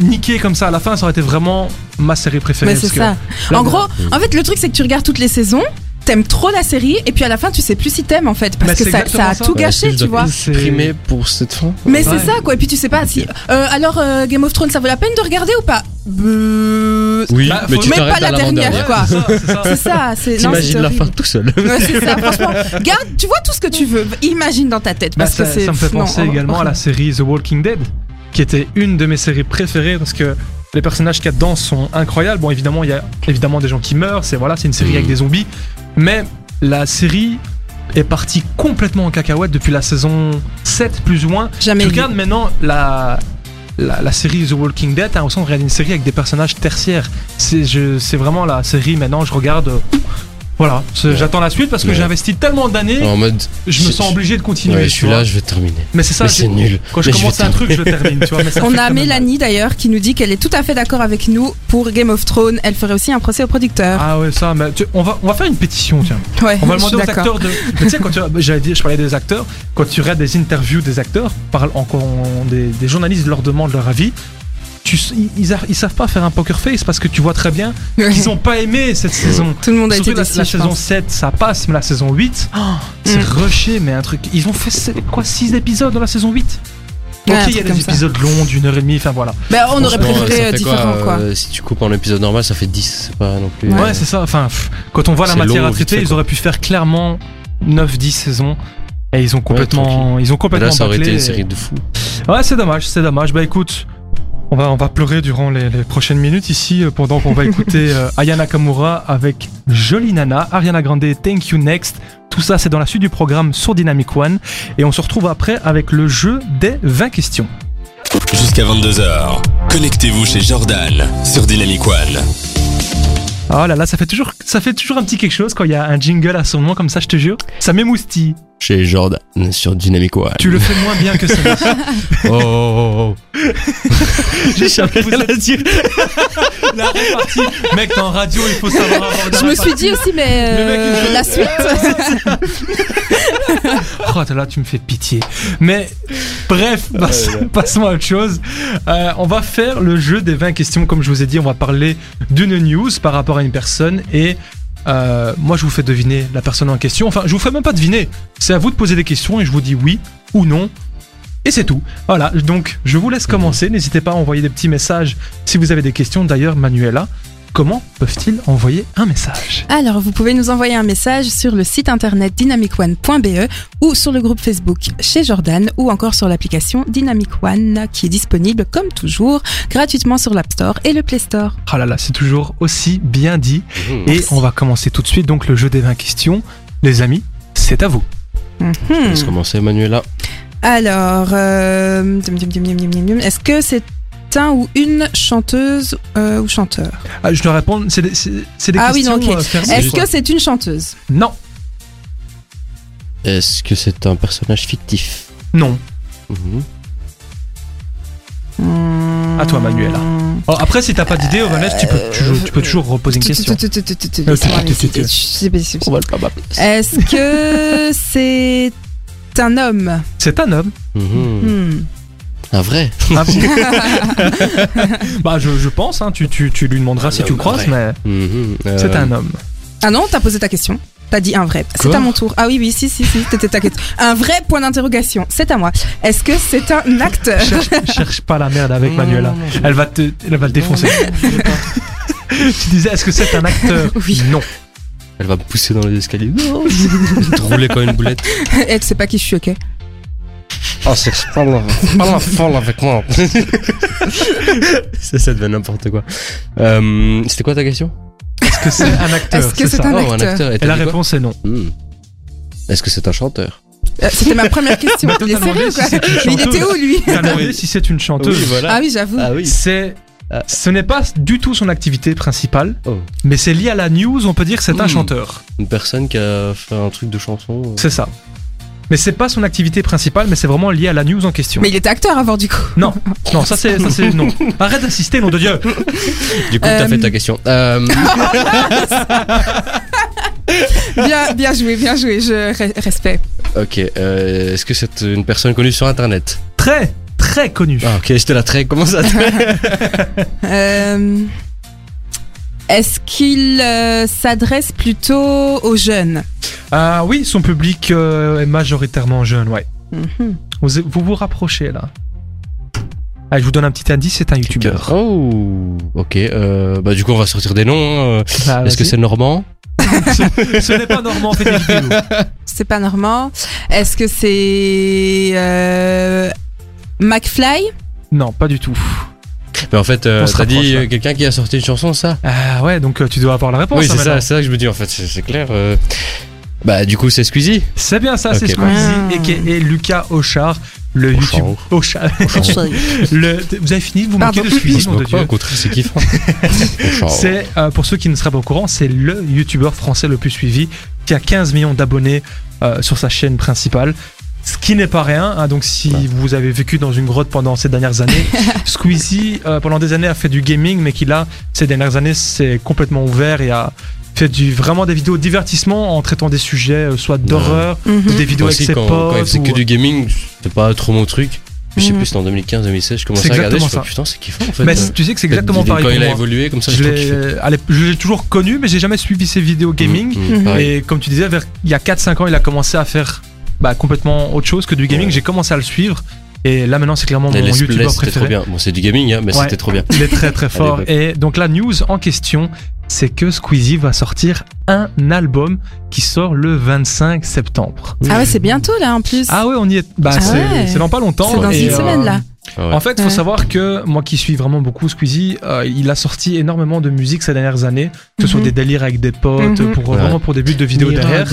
Speaker 2: niquée comme ça à la fin, ça aurait été vraiment ma série préférée.
Speaker 4: Mais c'est
Speaker 2: parce que
Speaker 4: ça.
Speaker 2: là,
Speaker 4: En
Speaker 2: on-
Speaker 4: gros, en fait, le truc, c'est que tu regardes toutes les saisons. t'aimes trop la série et puis à la fin tu sais plus si t'aimes en fait parce
Speaker 2: Mais
Speaker 4: que
Speaker 2: c'est
Speaker 4: ça, ça
Speaker 2: exactement
Speaker 4: a
Speaker 2: ça.
Speaker 4: tout
Speaker 2: Ouais,
Speaker 4: gâché, tu vois.
Speaker 2: C'est-
Speaker 3: Primé pour cette fin.
Speaker 2: Ouais.
Speaker 4: Mais c'est ça quoi, et puis tu sais pas si. Euh, alors euh, Game of Thrones, ça vaut la peine de regarder ou pas Beuh.
Speaker 3: Oui,
Speaker 2: Bah,
Speaker 3: mais
Speaker 2: faut-
Speaker 3: tu
Speaker 4: Même
Speaker 3: t'arrêtes
Speaker 4: pas
Speaker 3: à
Speaker 4: la dernière,
Speaker 2: Ouais,
Speaker 3: l'avant-dernière.
Speaker 4: quoi.
Speaker 2: c'est ça, c'est ça.
Speaker 4: C'est ça, c'est. non,
Speaker 3: T'imagines
Speaker 4: c'est
Speaker 3: la fin
Speaker 4: horrible.
Speaker 3: tout seul.
Speaker 4: Ouais, c'est ça, franchement. Garde, tu vois tout ce que tu veux. Imagine dans ta tête.
Speaker 2: Bah,
Speaker 4: Parce
Speaker 2: ça,
Speaker 4: que c'est.
Speaker 2: ça me fait
Speaker 4: non,
Speaker 2: penser
Speaker 4: horrible.
Speaker 2: également à la série The Walking Dead, qui était une de mes séries préférées parce que les personnages qu'il y a dedans sont incroyables. Bon, évidemment, il y a évidemment des gens qui meurent, c'est voilà, c'est une série
Speaker 3: Mhm.
Speaker 4: Mm.
Speaker 2: avec des zombies, mais la série est partie complètement en cacahuète depuis la saison 7 plus ou moins.
Speaker 4: Jamais.
Speaker 2: Tu
Speaker 4: vu.
Speaker 2: regardes maintenant la, la, la série The Walking Dead, hein, t'as l'impression de regarder une série avec des personnages tertiaires. C'est je- c'est vraiment la série maintenant, je regarde. euh, Voilà, c'est-
Speaker 3: Ouais.
Speaker 2: j'attends la suite parce que
Speaker 3: Ouais.
Speaker 2: j'ai investi tellement d'années,
Speaker 3: En mode,
Speaker 2: je me
Speaker 3: je-
Speaker 2: sens obligé de continuer.
Speaker 3: ouais, je
Speaker 2: tu
Speaker 3: suis
Speaker 2: vois.
Speaker 3: là, je vais terminer.
Speaker 2: Mais c'est ça,
Speaker 3: Mais c'est
Speaker 2: je-
Speaker 3: nul.
Speaker 2: Quand je
Speaker 3: Mais je
Speaker 2: commence
Speaker 3: vais
Speaker 2: un truc, je le termine, tu vois. mais ça
Speaker 4: On
Speaker 2: fait
Speaker 4: a
Speaker 2: quand même mal.
Speaker 4: Mélanie d'ailleurs qui nous dit qu'elle est tout à fait d'accord avec nous pour Game of Thrones. Elle ferait aussi un procès au producteur.
Speaker 2: Ah ouais, ça, mais tu- on, va, on va faire une pétition, tiens.
Speaker 4: ouais,
Speaker 2: Ah, On va
Speaker 4: je suis
Speaker 2: demander aux
Speaker 4: d'accord.
Speaker 2: acteurs de. Mais tu sais, quand tu, j'avais dit, je parlais des acteurs, quand tu regardes des interviews des acteurs, parle encore des, des journalistes leur demandent leur avis. Tu, s- ils, ils, a- ils savent pas faire un poker face parce que tu vois très bien qu'ils ont pas aimé cette saison.
Speaker 4: Tout le monde a
Speaker 2: Surtout
Speaker 4: été
Speaker 2: la,
Speaker 4: déçu.
Speaker 2: la
Speaker 4: je
Speaker 2: saison
Speaker 4: pense.
Speaker 2: 7,
Speaker 4: mm.
Speaker 2: ça passe, mais la saison 8, oh, c'est rushé, mais un truc. Ils ont fait sept- quoi 6 épisodes dans la saison 8
Speaker 4: Ouais, un
Speaker 2: Ok, il y a
Speaker 4: truc
Speaker 2: des
Speaker 4: comme ça.
Speaker 2: épisodes longs d'une heure et demie, enfin voilà.
Speaker 4: Bah, on aurait
Speaker 3: Franchement, ça
Speaker 4: préféré euh,
Speaker 3: fait quoi,
Speaker 4: différent quoi.
Speaker 3: euh, Si tu coupes en épisode normal, ça fait 10, c'est pas non plus.
Speaker 2: Ouais,
Speaker 3: euh,
Speaker 2: c'est ça. Enfin, pff, quand on voit la
Speaker 3: C'est
Speaker 2: matière
Speaker 3: long,
Speaker 2: à
Speaker 3: vite
Speaker 2: traiter,
Speaker 3: fait,
Speaker 2: ils
Speaker 3: quoi.
Speaker 2: auraient pu faire clairement 9-10 saisons. Et ils ont complètement, ils ont
Speaker 3: mais
Speaker 2: complètement
Speaker 3: Là, ça aurait été
Speaker 2: bâclé.
Speaker 3: une série de fous.
Speaker 2: Ouais, c'est dommage, c'est dommage. Bah écoute, on va, on va pleurer durant les, les prochaines minutes ici, euh, pendant qu'on va écouter euh, Aya Nakamura avec Jolie Nana, Ariana Grande, Thank You Next. Tout ça, c'est dans la suite du programme sur Dynamic One. Et on se retrouve après avec le jeu des 20 questions.
Speaker 1: Jusqu'à 22h, connectez-vous chez Jordan sur Dynamic One.
Speaker 2: Ah là là, ça fait toujours, ça fait toujours un petit quelque chose quand il y a un jingle à son nom comme ça, je te jure. Ça m'émoustille.
Speaker 3: Chez Jordan sur Dynamic One.
Speaker 2: Tu le fais moins bien que ça.
Speaker 3: Oh, oh, oh, oh.
Speaker 2: J'ai jamais
Speaker 3: rien à dire.
Speaker 2: La répartie. Mec, t'es en radio, il faut savoir aborder
Speaker 4: Je
Speaker 2: la
Speaker 4: me suis dit aussi, mais
Speaker 2: Le mec,
Speaker 4: euh,
Speaker 2: il-
Speaker 4: la suite.
Speaker 2: partie. Oh, là, tu me fais pitié. Mais bref, passe- passons à autre chose. Euh, on va faire le jeu des 20 questions. Comme je vous ai dit, on va parler d'une news par rapport à une personne et. euh, moi, je vous fais deviner la personne en question. Enfin, je vous fais même pas deviner. C'est à vous de poser des questions et je vous dis oui ou non. Et c'est tout. Voilà, donc je vous laisse commencer. N'hésitez pas à envoyer des petits messages si vous avez des questions. D'ailleurs, Manuela, comment peuvent-ils envoyer un message
Speaker 4: Alors, vous pouvez nous envoyer un message sur le site internet dynamicone.be E ou sur le groupe Facebook chez Jordan ou encore sur l'application Dynamic One qui est disponible, comme toujours, gratuitement sur l'App Store et le Play Store.
Speaker 2: Ah là là, c'est toujours aussi bien dit.
Speaker 3: Hmm.
Speaker 2: Et
Speaker 4: Merci.
Speaker 2: on va commencer tout de suite donc le jeu des 20 questions. Les amis, c'est à vous.
Speaker 4: Mhm.
Speaker 3: Laisse commencer, Manuela.
Speaker 4: Alors, euh, dum, dum, dum, dum, dum, dum, dum. est-ce que c'est un ou une chanteuse euh, ou chanteur
Speaker 2: Ah, je dois répondre, c'est des, c'est- c'est des
Speaker 4: Ah oui,
Speaker 2: questions.
Speaker 4: non, ok.
Speaker 2: euh, fermées,
Speaker 4: Est-ce
Speaker 2: quoi.
Speaker 4: que c'est une chanteuse
Speaker 2: Non,
Speaker 3: Est-ce que c'est un personnage fictif
Speaker 2: non.
Speaker 3: Mhm.
Speaker 2: À toi, Manuela.
Speaker 4: Hmm.
Speaker 2: Alors, Oh, après, si t'as pas d'idée, Vanessa, tu peux,
Speaker 4: Euh,
Speaker 2: tu, tu peux toujours reposer une question. Euh,
Speaker 4: Laisse-moi
Speaker 2: tu- tu- tu-
Speaker 4: réfléchir.
Speaker 3: On va le pas
Speaker 4: Est-ce que c'est un homme
Speaker 2: C'est un homme. Ah
Speaker 3: Mhm.
Speaker 4: Hmm.
Speaker 3: Un vrai
Speaker 2: Un- bah, je, je pense, hein, tu, tu, tu lui demanderas si
Speaker 3: Un
Speaker 2: tu
Speaker 3: homme,
Speaker 2: croises,
Speaker 3: ouais.
Speaker 2: mais
Speaker 3: Mhm. Euh,
Speaker 2: c'est un homme.
Speaker 4: Ah non, t'as posé ta question. T'as dit un vrai. C'est
Speaker 3: Quoi
Speaker 4: à mon tour. Ah oui, oui, si, si, si, c'était ta question. Un vrai point d'interrogation. C'est à moi. Est-ce que c'est un acteur
Speaker 2: Cherche, cherche pas la merde avec
Speaker 4: Mm.
Speaker 3: Non,
Speaker 2: Manuela.
Speaker 3: non, non, je-
Speaker 2: Elle va, te, elle va le défoncer. tu disais, est-ce que c'est un acteur
Speaker 4: Oui.
Speaker 2: Non.
Speaker 3: Elle va me pousser dans les escaliers. Non Je vais te rouler comme une boulette.
Speaker 4: Elle sait Eh, pas qui je suis, ok
Speaker 3: Oh, c'est pas la folle avec moi. ça, ça devient n'importe quoi. Euh, C'était quoi ta question
Speaker 2: Est-ce que c'est un acteur
Speaker 4: Est-ce que c'est
Speaker 2: ça.
Speaker 4: un
Speaker 3: Oh,
Speaker 4: acteur.
Speaker 3: Et
Speaker 2: Et
Speaker 3: t'as
Speaker 2: la
Speaker 3: dit quoi
Speaker 2: réponse est non.
Speaker 3: Hmm. Est-ce que c'est un chanteur
Speaker 2: Ah
Speaker 4: Euh, C'était ma première question.
Speaker 2: Bah,
Speaker 4: Il est
Speaker 2: t'as demandé
Speaker 4: sérieux,
Speaker 2: si
Speaker 4: quoi
Speaker 2: c'est une
Speaker 4: Mais il
Speaker 2: chanteuse.
Speaker 4: était où, lui
Speaker 2: T'as demandé si c'est une chanteuse.
Speaker 3: voilà.
Speaker 4: Ah oui, j'avoue.
Speaker 3: Ah oui.
Speaker 2: C'est.
Speaker 3: Ah.
Speaker 2: Ce n'est pas du tout son activité principale,
Speaker 3: Oh.
Speaker 2: mais c'est lié à la news, on peut dire que c'est un
Speaker 3: Mm.
Speaker 2: chanteur.
Speaker 3: Une personne qui a fait un truc de chanson. euh.
Speaker 2: C'est ça. Mais c'est pas son activité principale, mais c'est vraiment lié à la news en question.
Speaker 4: Mais il était acteur avant, du coup.
Speaker 2: Non, non, ça c'est. ça c'est- Non. Arrête d'assister, nom de Dieu
Speaker 3: Du coup, t'as
Speaker 4: Euh,
Speaker 3: fait ta question. Euh,
Speaker 4: Bien, bien joué, bien joué. Je re- respect.
Speaker 3: ok. euh, Est-ce que c'est une personne connue sur Internet
Speaker 2: Très, très connu.
Speaker 3: Ah, ok. J'étais là très. Comment ça
Speaker 4: Euh, Est-ce qu'il euh, s'adresse plutôt aux jeunes
Speaker 2: Ah oui, son public euh, est majoritairement jeune, ouais.
Speaker 4: Mhm.
Speaker 2: Vous vous, vous rapprochez là. Ah, je vous donne un petit indice, c'est un youtubeur.
Speaker 3: Oh, ok. euh, bah, du coup, on va sortir des noms. hein.
Speaker 2: Ah,
Speaker 3: Est-ce que
Speaker 2: vas-y.
Speaker 3: c'est Normand
Speaker 2: Ce n'est pas Normand Frédéric Bellou.
Speaker 4: C'est pas normand. Est-ce que c'est euh, McFly
Speaker 2: Non, pas du tout.
Speaker 3: Mais en fait, euh,
Speaker 2: On se
Speaker 3: t'as
Speaker 2: rapproche, hein.
Speaker 3: dit
Speaker 2: là.
Speaker 3: euh, quelqu'un qui a sorti une chanson, ça
Speaker 2: Ah ouais, donc euh, tu dois avoir la réponse.
Speaker 3: Oui,
Speaker 2: hein,
Speaker 3: c'est ça,
Speaker 2: maintenant.
Speaker 3: c'est ça que je me dis en fait, c'est c'est clair. euh. Bah, du coup, c'est Squeezie.
Speaker 2: C'est bien ça, c'est
Speaker 3: Ok,
Speaker 4: bah.
Speaker 2: Squeezie, et Lucas Auchard, le
Speaker 3: Auchard.
Speaker 2: YouTube. Auchard. Le- vous avez fini de vous moquer
Speaker 4: Pardon.
Speaker 2: de
Speaker 3: On
Speaker 2: Squeezie,
Speaker 3: se
Speaker 2: nom de
Speaker 3: moque pas, Oh. au
Speaker 2: Dieu.
Speaker 3: contraire, c'est kiffant. Genre,
Speaker 2: C'est, euh, pour ceux qui ne seraient pas au courant, c'est le youtubeur français le plus suivi, qui a 15 millions d'abonnés euh, sur sa chaîne principale. Ce qui n'est pas rien, hein, donc si
Speaker 3: Ouais.
Speaker 2: vous avez vécu dans une grotte pendant ces dernières années, Squeezie euh, pendant des années a fait du gaming, mais qui là, ces dernières années, s'est complètement ouvert et a fait du, vraiment des vidéos divertissement en traitant des sujets euh, soit d'horreur,
Speaker 4: Mhm. Mmh.
Speaker 2: ou des vidéos
Speaker 3: aussi,
Speaker 2: avec ses
Speaker 3: quand,
Speaker 2: potes,
Speaker 3: quand il faisait
Speaker 2: ou- euh,
Speaker 3: que du gaming, c'est pas trop mon truc. Je sais
Speaker 4: Mhm.
Speaker 3: plus, c'était en 2015-2016, je commençais
Speaker 2: C'est
Speaker 3: à regarder, je
Speaker 2: exactement
Speaker 3: me suis
Speaker 2: ça.
Speaker 3: dit, putain, c'est kiffant en fait.
Speaker 2: Mais
Speaker 3: Euh,
Speaker 2: tu sais que c'est exactement
Speaker 3: il-
Speaker 2: pareil
Speaker 3: Quand
Speaker 2: pour
Speaker 3: il a
Speaker 2: moi.
Speaker 3: évolué comme ça,
Speaker 2: Je
Speaker 3: j'ai trop kiffé.
Speaker 2: l'ai à l'ép- je l'ai toujours connu, mais j'ai jamais suivi ses vidéos gaming.
Speaker 3: Mhm, mhm, pareil.
Speaker 2: Et comme tu disais, vers, il y a 4-5 ans, il a commencé à faire bah, complètement autre chose que du gaming.
Speaker 3: Ouais.
Speaker 2: J'ai commencé à le suivre. Et là, maintenant, c'est clairement
Speaker 3: Les
Speaker 2: mon
Speaker 3: let's play,
Speaker 2: youtubeur
Speaker 3: c'était trop
Speaker 2: préféré.
Speaker 3: bien. Bon, c'est du gaming, hein, mais
Speaker 2: Ouais.
Speaker 3: c'était trop bien.
Speaker 2: Il est très très fort.
Speaker 3: l'époque.
Speaker 2: Et donc, la news en question, c'est que Squeezie va sortir un album qui sort le 25 septembre.
Speaker 4: Ah ouais, c'est bientôt là en plus.
Speaker 2: Ah ouais, on y est. Bah,
Speaker 4: Ah
Speaker 2: c'est
Speaker 4: ouais.
Speaker 2: c'est dans pas longtemps.
Speaker 4: c'est dans
Speaker 2: Et,
Speaker 4: une
Speaker 2: euh,
Speaker 4: semaine là.
Speaker 3: Ah Ouais.
Speaker 2: En fait, il faut
Speaker 4: Ouais.
Speaker 2: savoir que moi qui suis vraiment beaucoup Squeezie, euh, il a sorti énormément de musique ces dernières années, que ce soit
Speaker 4: Mhm.
Speaker 2: des délires avec des potes,
Speaker 4: Mhm.
Speaker 2: pour,
Speaker 3: Ouais.
Speaker 2: vraiment pour des buts de vidéos derrière.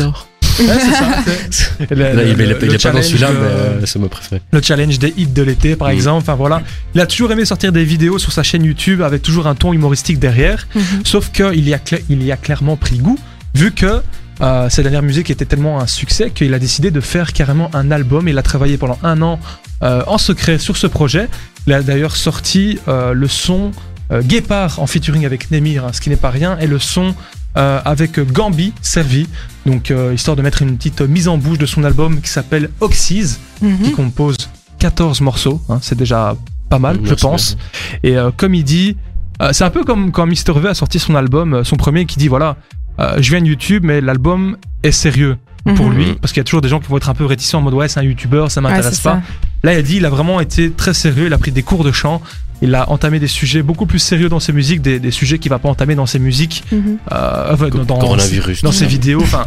Speaker 2: Ouais, c'est ça, c'est- le-
Speaker 3: Là, il
Speaker 2: le-
Speaker 3: il est
Speaker 2: le
Speaker 3: pas- il est pas dans
Speaker 2: challenge,
Speaker 3: celui-là, mais
Speaker 2: euh,
Speaker 3: euh, c'est ma préférée.
Speaker 2: Le challenge des hits de l'été, par
Speaker 3: Mhm.
Speaker 2: exemple. Enfin voilà, il a toujours aimé sortir des vidéos sur sa chaîne YouTube avec toujours un ton humoristique derrière. Sauf qu'il y a cla- il y a clairement pris goût, vu que euh, sa dernière musique était tellement un succès qu'il a décidé de faire carrément un album. Il a travaillé pendant un an euh, en secret sur ce projet. Il a d'ailleurs sorti euh, le son euh, Guépard en featuring avec Nemir, hein, ce qui n'est pas rien, et le son euh, avec Gambi servi. Donc euh, histoire de mettre une petite mise en bouche de son album qui s'appelle Oxys,
Speaker 4: Mhm.
Speaker 2: qui
Speaker 4: Hmm.
Speaker 2: compose 14 morceaux. hein. c'est déjà pas mal, je
Speaker 3: Merci,
Speaker 2: pense.
Speaker 3: merci.
Speaker 2: Et euh, comme il dit, euh, c'est un peu comme quand Mr V a sorti son album, euh, son premier, qui dit voilà, euh, je viens de YouTube, mais l'album est sérieux pour
Speaker 3: Mhm.
Speaker 2: lui, parce qu'il y a toujours des gens qui vont être un peu réticents en mode ouais, c'est un YouTuber, ça m'intéresse pas. Là, il a dit, il a vraiment été très sérieux, il a pris des cours de chant. Il a entamé des sujets beaucoup plus sérieux dans ses musiques, des, des sujets qu'il va pas entamer dans ses musiques,
Speaker 4: Mhm.
Speaker 2: euh, enfin,
Speaker 3: Co-
Speaker 2: dans,
Speaker 3: coronavirus,
Speaker 2: dans
Speaker 3: tout
Speaker 2: ses
Speaker 3: ça.
Speaker 2: vidéos. Enfin,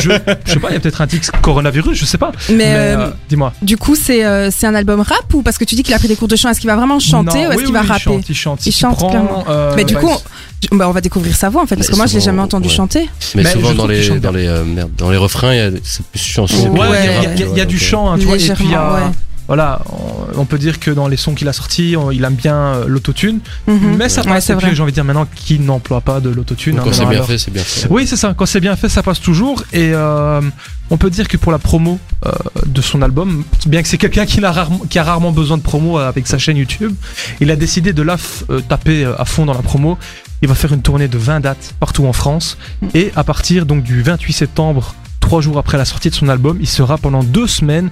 Speaker 2: je, je sais pas, il y a peut-être un tic coronavirus, je sais pas.
Speaker 4: Mais,
Speaker 2: Mais,
Speaker 4: euh,
Speaker 2: euh, dis-moi.
Speaker 4: du coup, c'est euh, c'est un album rap ou parce que tu dis qu'il a pris des cours de chant, est-ce qu'il va vraiment chanter
Speaker 2: Non,
Speaker 4: ou est-ce
Speaker 2: oui,
Speaker 4: qu'il va
Speaker 2: oui, il
Speaker 4: rapper
Speaker 2: chante, il chante. Si
Speaker 4: Il
Speaker 2: tu
Speaker 4: chante,
Speaker 2: prends,
Speaker 4: clairement.
Speaker 2: euh,
Speaker 4: Mais du
Speaker 2: bah,
Speaker 4: coup, on, bah, on va découvrir sa voix en fait, parce
Speaker 3: Mais
Speaker 4: que moi je l'ai
Speaker 3: souvent,
Speaker 4: jamais entendu
Speaker 3: ouais.
Speaker 4: chanter.
Speaker 3: Mais
Speaker 2: Mais je
Speaker 3: souvent dans
Speaker 2: trouve qu'il
Speaker 3: les,
Speaker 2: chante
Speaker 3: dans les, euh, merde, dans les refrains, il y a- c'est plus chanson.
Speaker 2: Ouais, il
Speaker 4: Ouais.
Speaker 2: y a- il y a, il y a- il y a
Speaker 3: euh,
Speaker 2: du chant, hein, tu vois. Et puis, il y a-
Speaker 4: Légèrement, ouais.
Speaker 2: voilà, on, on peut dire que dans les sons qu'il a sortis, on- il aime bien euh, l'autotune.
Speaker 4: Mhm.
Speaker 2: Mais ça
Speaker 4: Ouais,
Speaker 2: passe,
Speaker 4: c'est
Speaker 2: et puis
Speaker 4: vrai.
Speaker 2: j'ai envie de dire maintenant qu'il n'emploie pas de l'autotune. hein,
Speaker 3: Quand c'est
Speaker 2: maintenant,
Speaker 3: bien
Speaker 2: alors.
Speaker 3: fait, c'est bien fait.
Speaker 2: Oui, c'est ça. Quand c'est bien fait, ça passe toujours. Et euh, on peut dire que pour la promo euh, de son album, bien que c'est quelqu'un qui, n'a rarement- qui a rarement besoin de promo euh, avec sa chaîne YouTube, il a décidé de la f- euh, taper euh, à fond dans la promo. Il va faire une tournée de 20 dates partout en France. Et à partir donc du 28 septembre, trois jours après la sortie de son album, il sera pendant deux semaines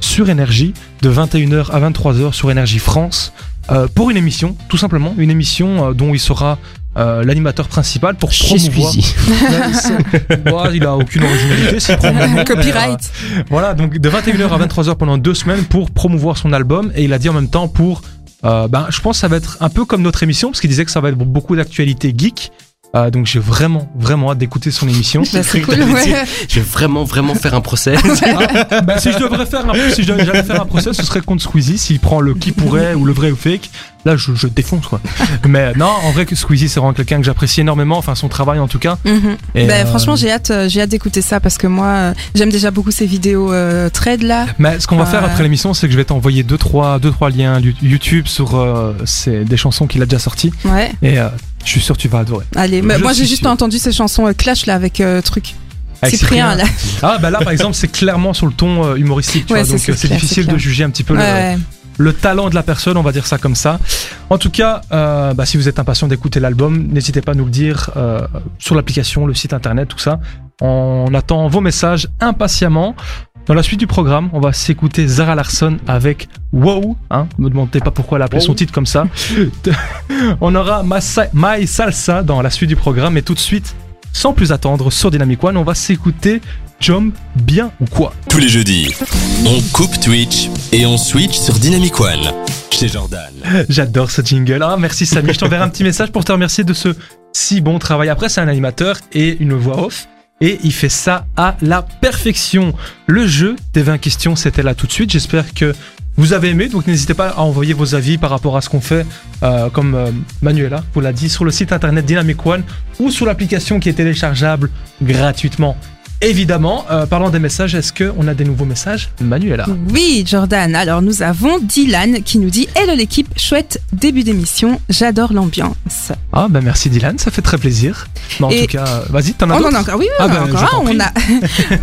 Speaker 2: sur Énergie, de 21h à 23h sur Énergie France, euh, pour une émission, tout simplement, une émission euh, dont il sera euh, l'animateur principal pour promouvoir. Ouais, c'est- Ouais, Bah, il a aucune originalité, s'il prend mon nom.
Speaker 4: Copyright. Bah,
Speaker 2: Euh, Voilà, donc de 21h à 23h pendant deux semaines pour promouvoir son album et il a dit en même temps pour. euh, ben, je pense que ça va être un peu comme notre émission parce qu'il disait que ça va être beaucoup d'actualité geek. Euh, donc j'ai vraiment, vraiment hâte d'écouter son émission.
Speaker 4: Bah, c'est cool, ouais.
Speaker 3: Je vais vraiment, vraiment faire un procès.
Speaker 2: Ah, ben, si je devrais faire un, si je devais jamais faire un procès, ce serait contre Squeezie s'il prend le qui pourrait ou le vrai ou fake. Là, je, je défonce quoi. Mais non, en vrai, que Squeezie c'est vraiment quelqu'un que j'apprécie énormément, enfin son travail en tout cas.
Speaker 4: Mhm.
Speaker 2: Et,
Speaker 4: Bah,
Speaker 2: euh,
Speaker 4: Franchement, j'ai hâte, euh, j'ai hâte d'écouter ça parce que moi, euh, j'aime déjà beaucoup ces vidéos euh, trade là.
Speaker 2: Mais ce qu'on va faire
Speaker 4: Ouais.
Speaker 2: après l'émission, c'est que je vais t'envoyer deux trois, deux, trois liens Lu- YouTube sur euh, c'est des chansons qu'il a déjà sorties.
Speaker 4: Ouais.
Speaker 2: Et euh, je suis sûr que tu vas adorer.
Speaker 4: Allez, mais
Speaker 2: Je
Speaker 4: moi j'ai
Speaker 2: suis
Speaker 4: juste
Speaker 2: sûr.
Speaker 4: entendu ces chansons euh, Clash là avec euh, truc.
Speaker 2: Avec
Speaker 4: Cyprien là.
Speaker 2: Ah, bah là, par exemple, c'est clairement sur le ton euh, humoristique. Tu
Speaker 4: Ouais,
Speaker 2: vois,
Speaker 4: c'est-
Speaker 2: donc
Speaker 4: c'est
Speaker 2: euh, c'est
Speaker 4: clair, c'est
Speaker 2: difficile de
Speaker 4: clair.
Speaker 2: juger un petit peu
Speaker 4: Ouais,
Speaker 2: le,
Speaker 4: ouais.
Speaker 2: le talent de la personne, on va dire ça comme ça. En tout cas, euh, bah, si vous êtes impatient d'écouter l'album, n'hésitez pas à nous le dire euh, sur l'application, le site internet, tout ça. On attend vos messages impatiemment. Dans la suite du programme, on va s'écouter Zara Larson avec Wow. Hein, ne me demandez pas pourquoi elle a appelé son
Speaker 3: Wow.
Speaker 2: titre comme ça. on aura Ma Sa- My Salsa dans la suite du programme. Et tout de suite, sans plus attendre, sur Dynamic One, on va s'écouter Jump bien ou quoi
Speaker 1: Tous les jeudis, on coupe Twitch et on switch sur Dynamic One chez Jordan.
Speaker 2: J'adore ce jingle. Ah, merci Samy. Je t'enverrai un petit message pour te remercier de ce si bon travail. Après, c'est un animateur et une voix off. Et il fait ça à la perfection. Le jeu des 20 questions, c'était là tout de suite. J'espère que vous avez aimé. Donc n'hésitez pas à envoyer vos avis par rapport à ce qu'on fait, euh, comme euh, Manuela vous l'a dit, sur le site internet Dynamic One ou sur l'application qui est téléchargeable gratuitement. Évidemment, Euh, parlant des messages, est-ce qu'on a des nouveaux messages Manuela.
Speaker 4: Mm. Oui, Jordan. Alors, nous avons Dylan qui nous dit Hello l'équipe, chouette début d'émission, j'adore l'ambiance.
Speaker 2: Ah bah merci Dylan, ça fait très plaisir. Non, en tout
Speaker 4: Et-
Speaker 2: cas, euh, vas-y, t'en as
Speaker 4: On en
Speaker 2: d'autres
Speaker 4: a encore, oui, oui,
Speaker 2: Ah
Speaker 4: on en a
Speaker 2: ben,
Speaker 4: encore
Speaker 2: je t'en
Speaker 4: un. On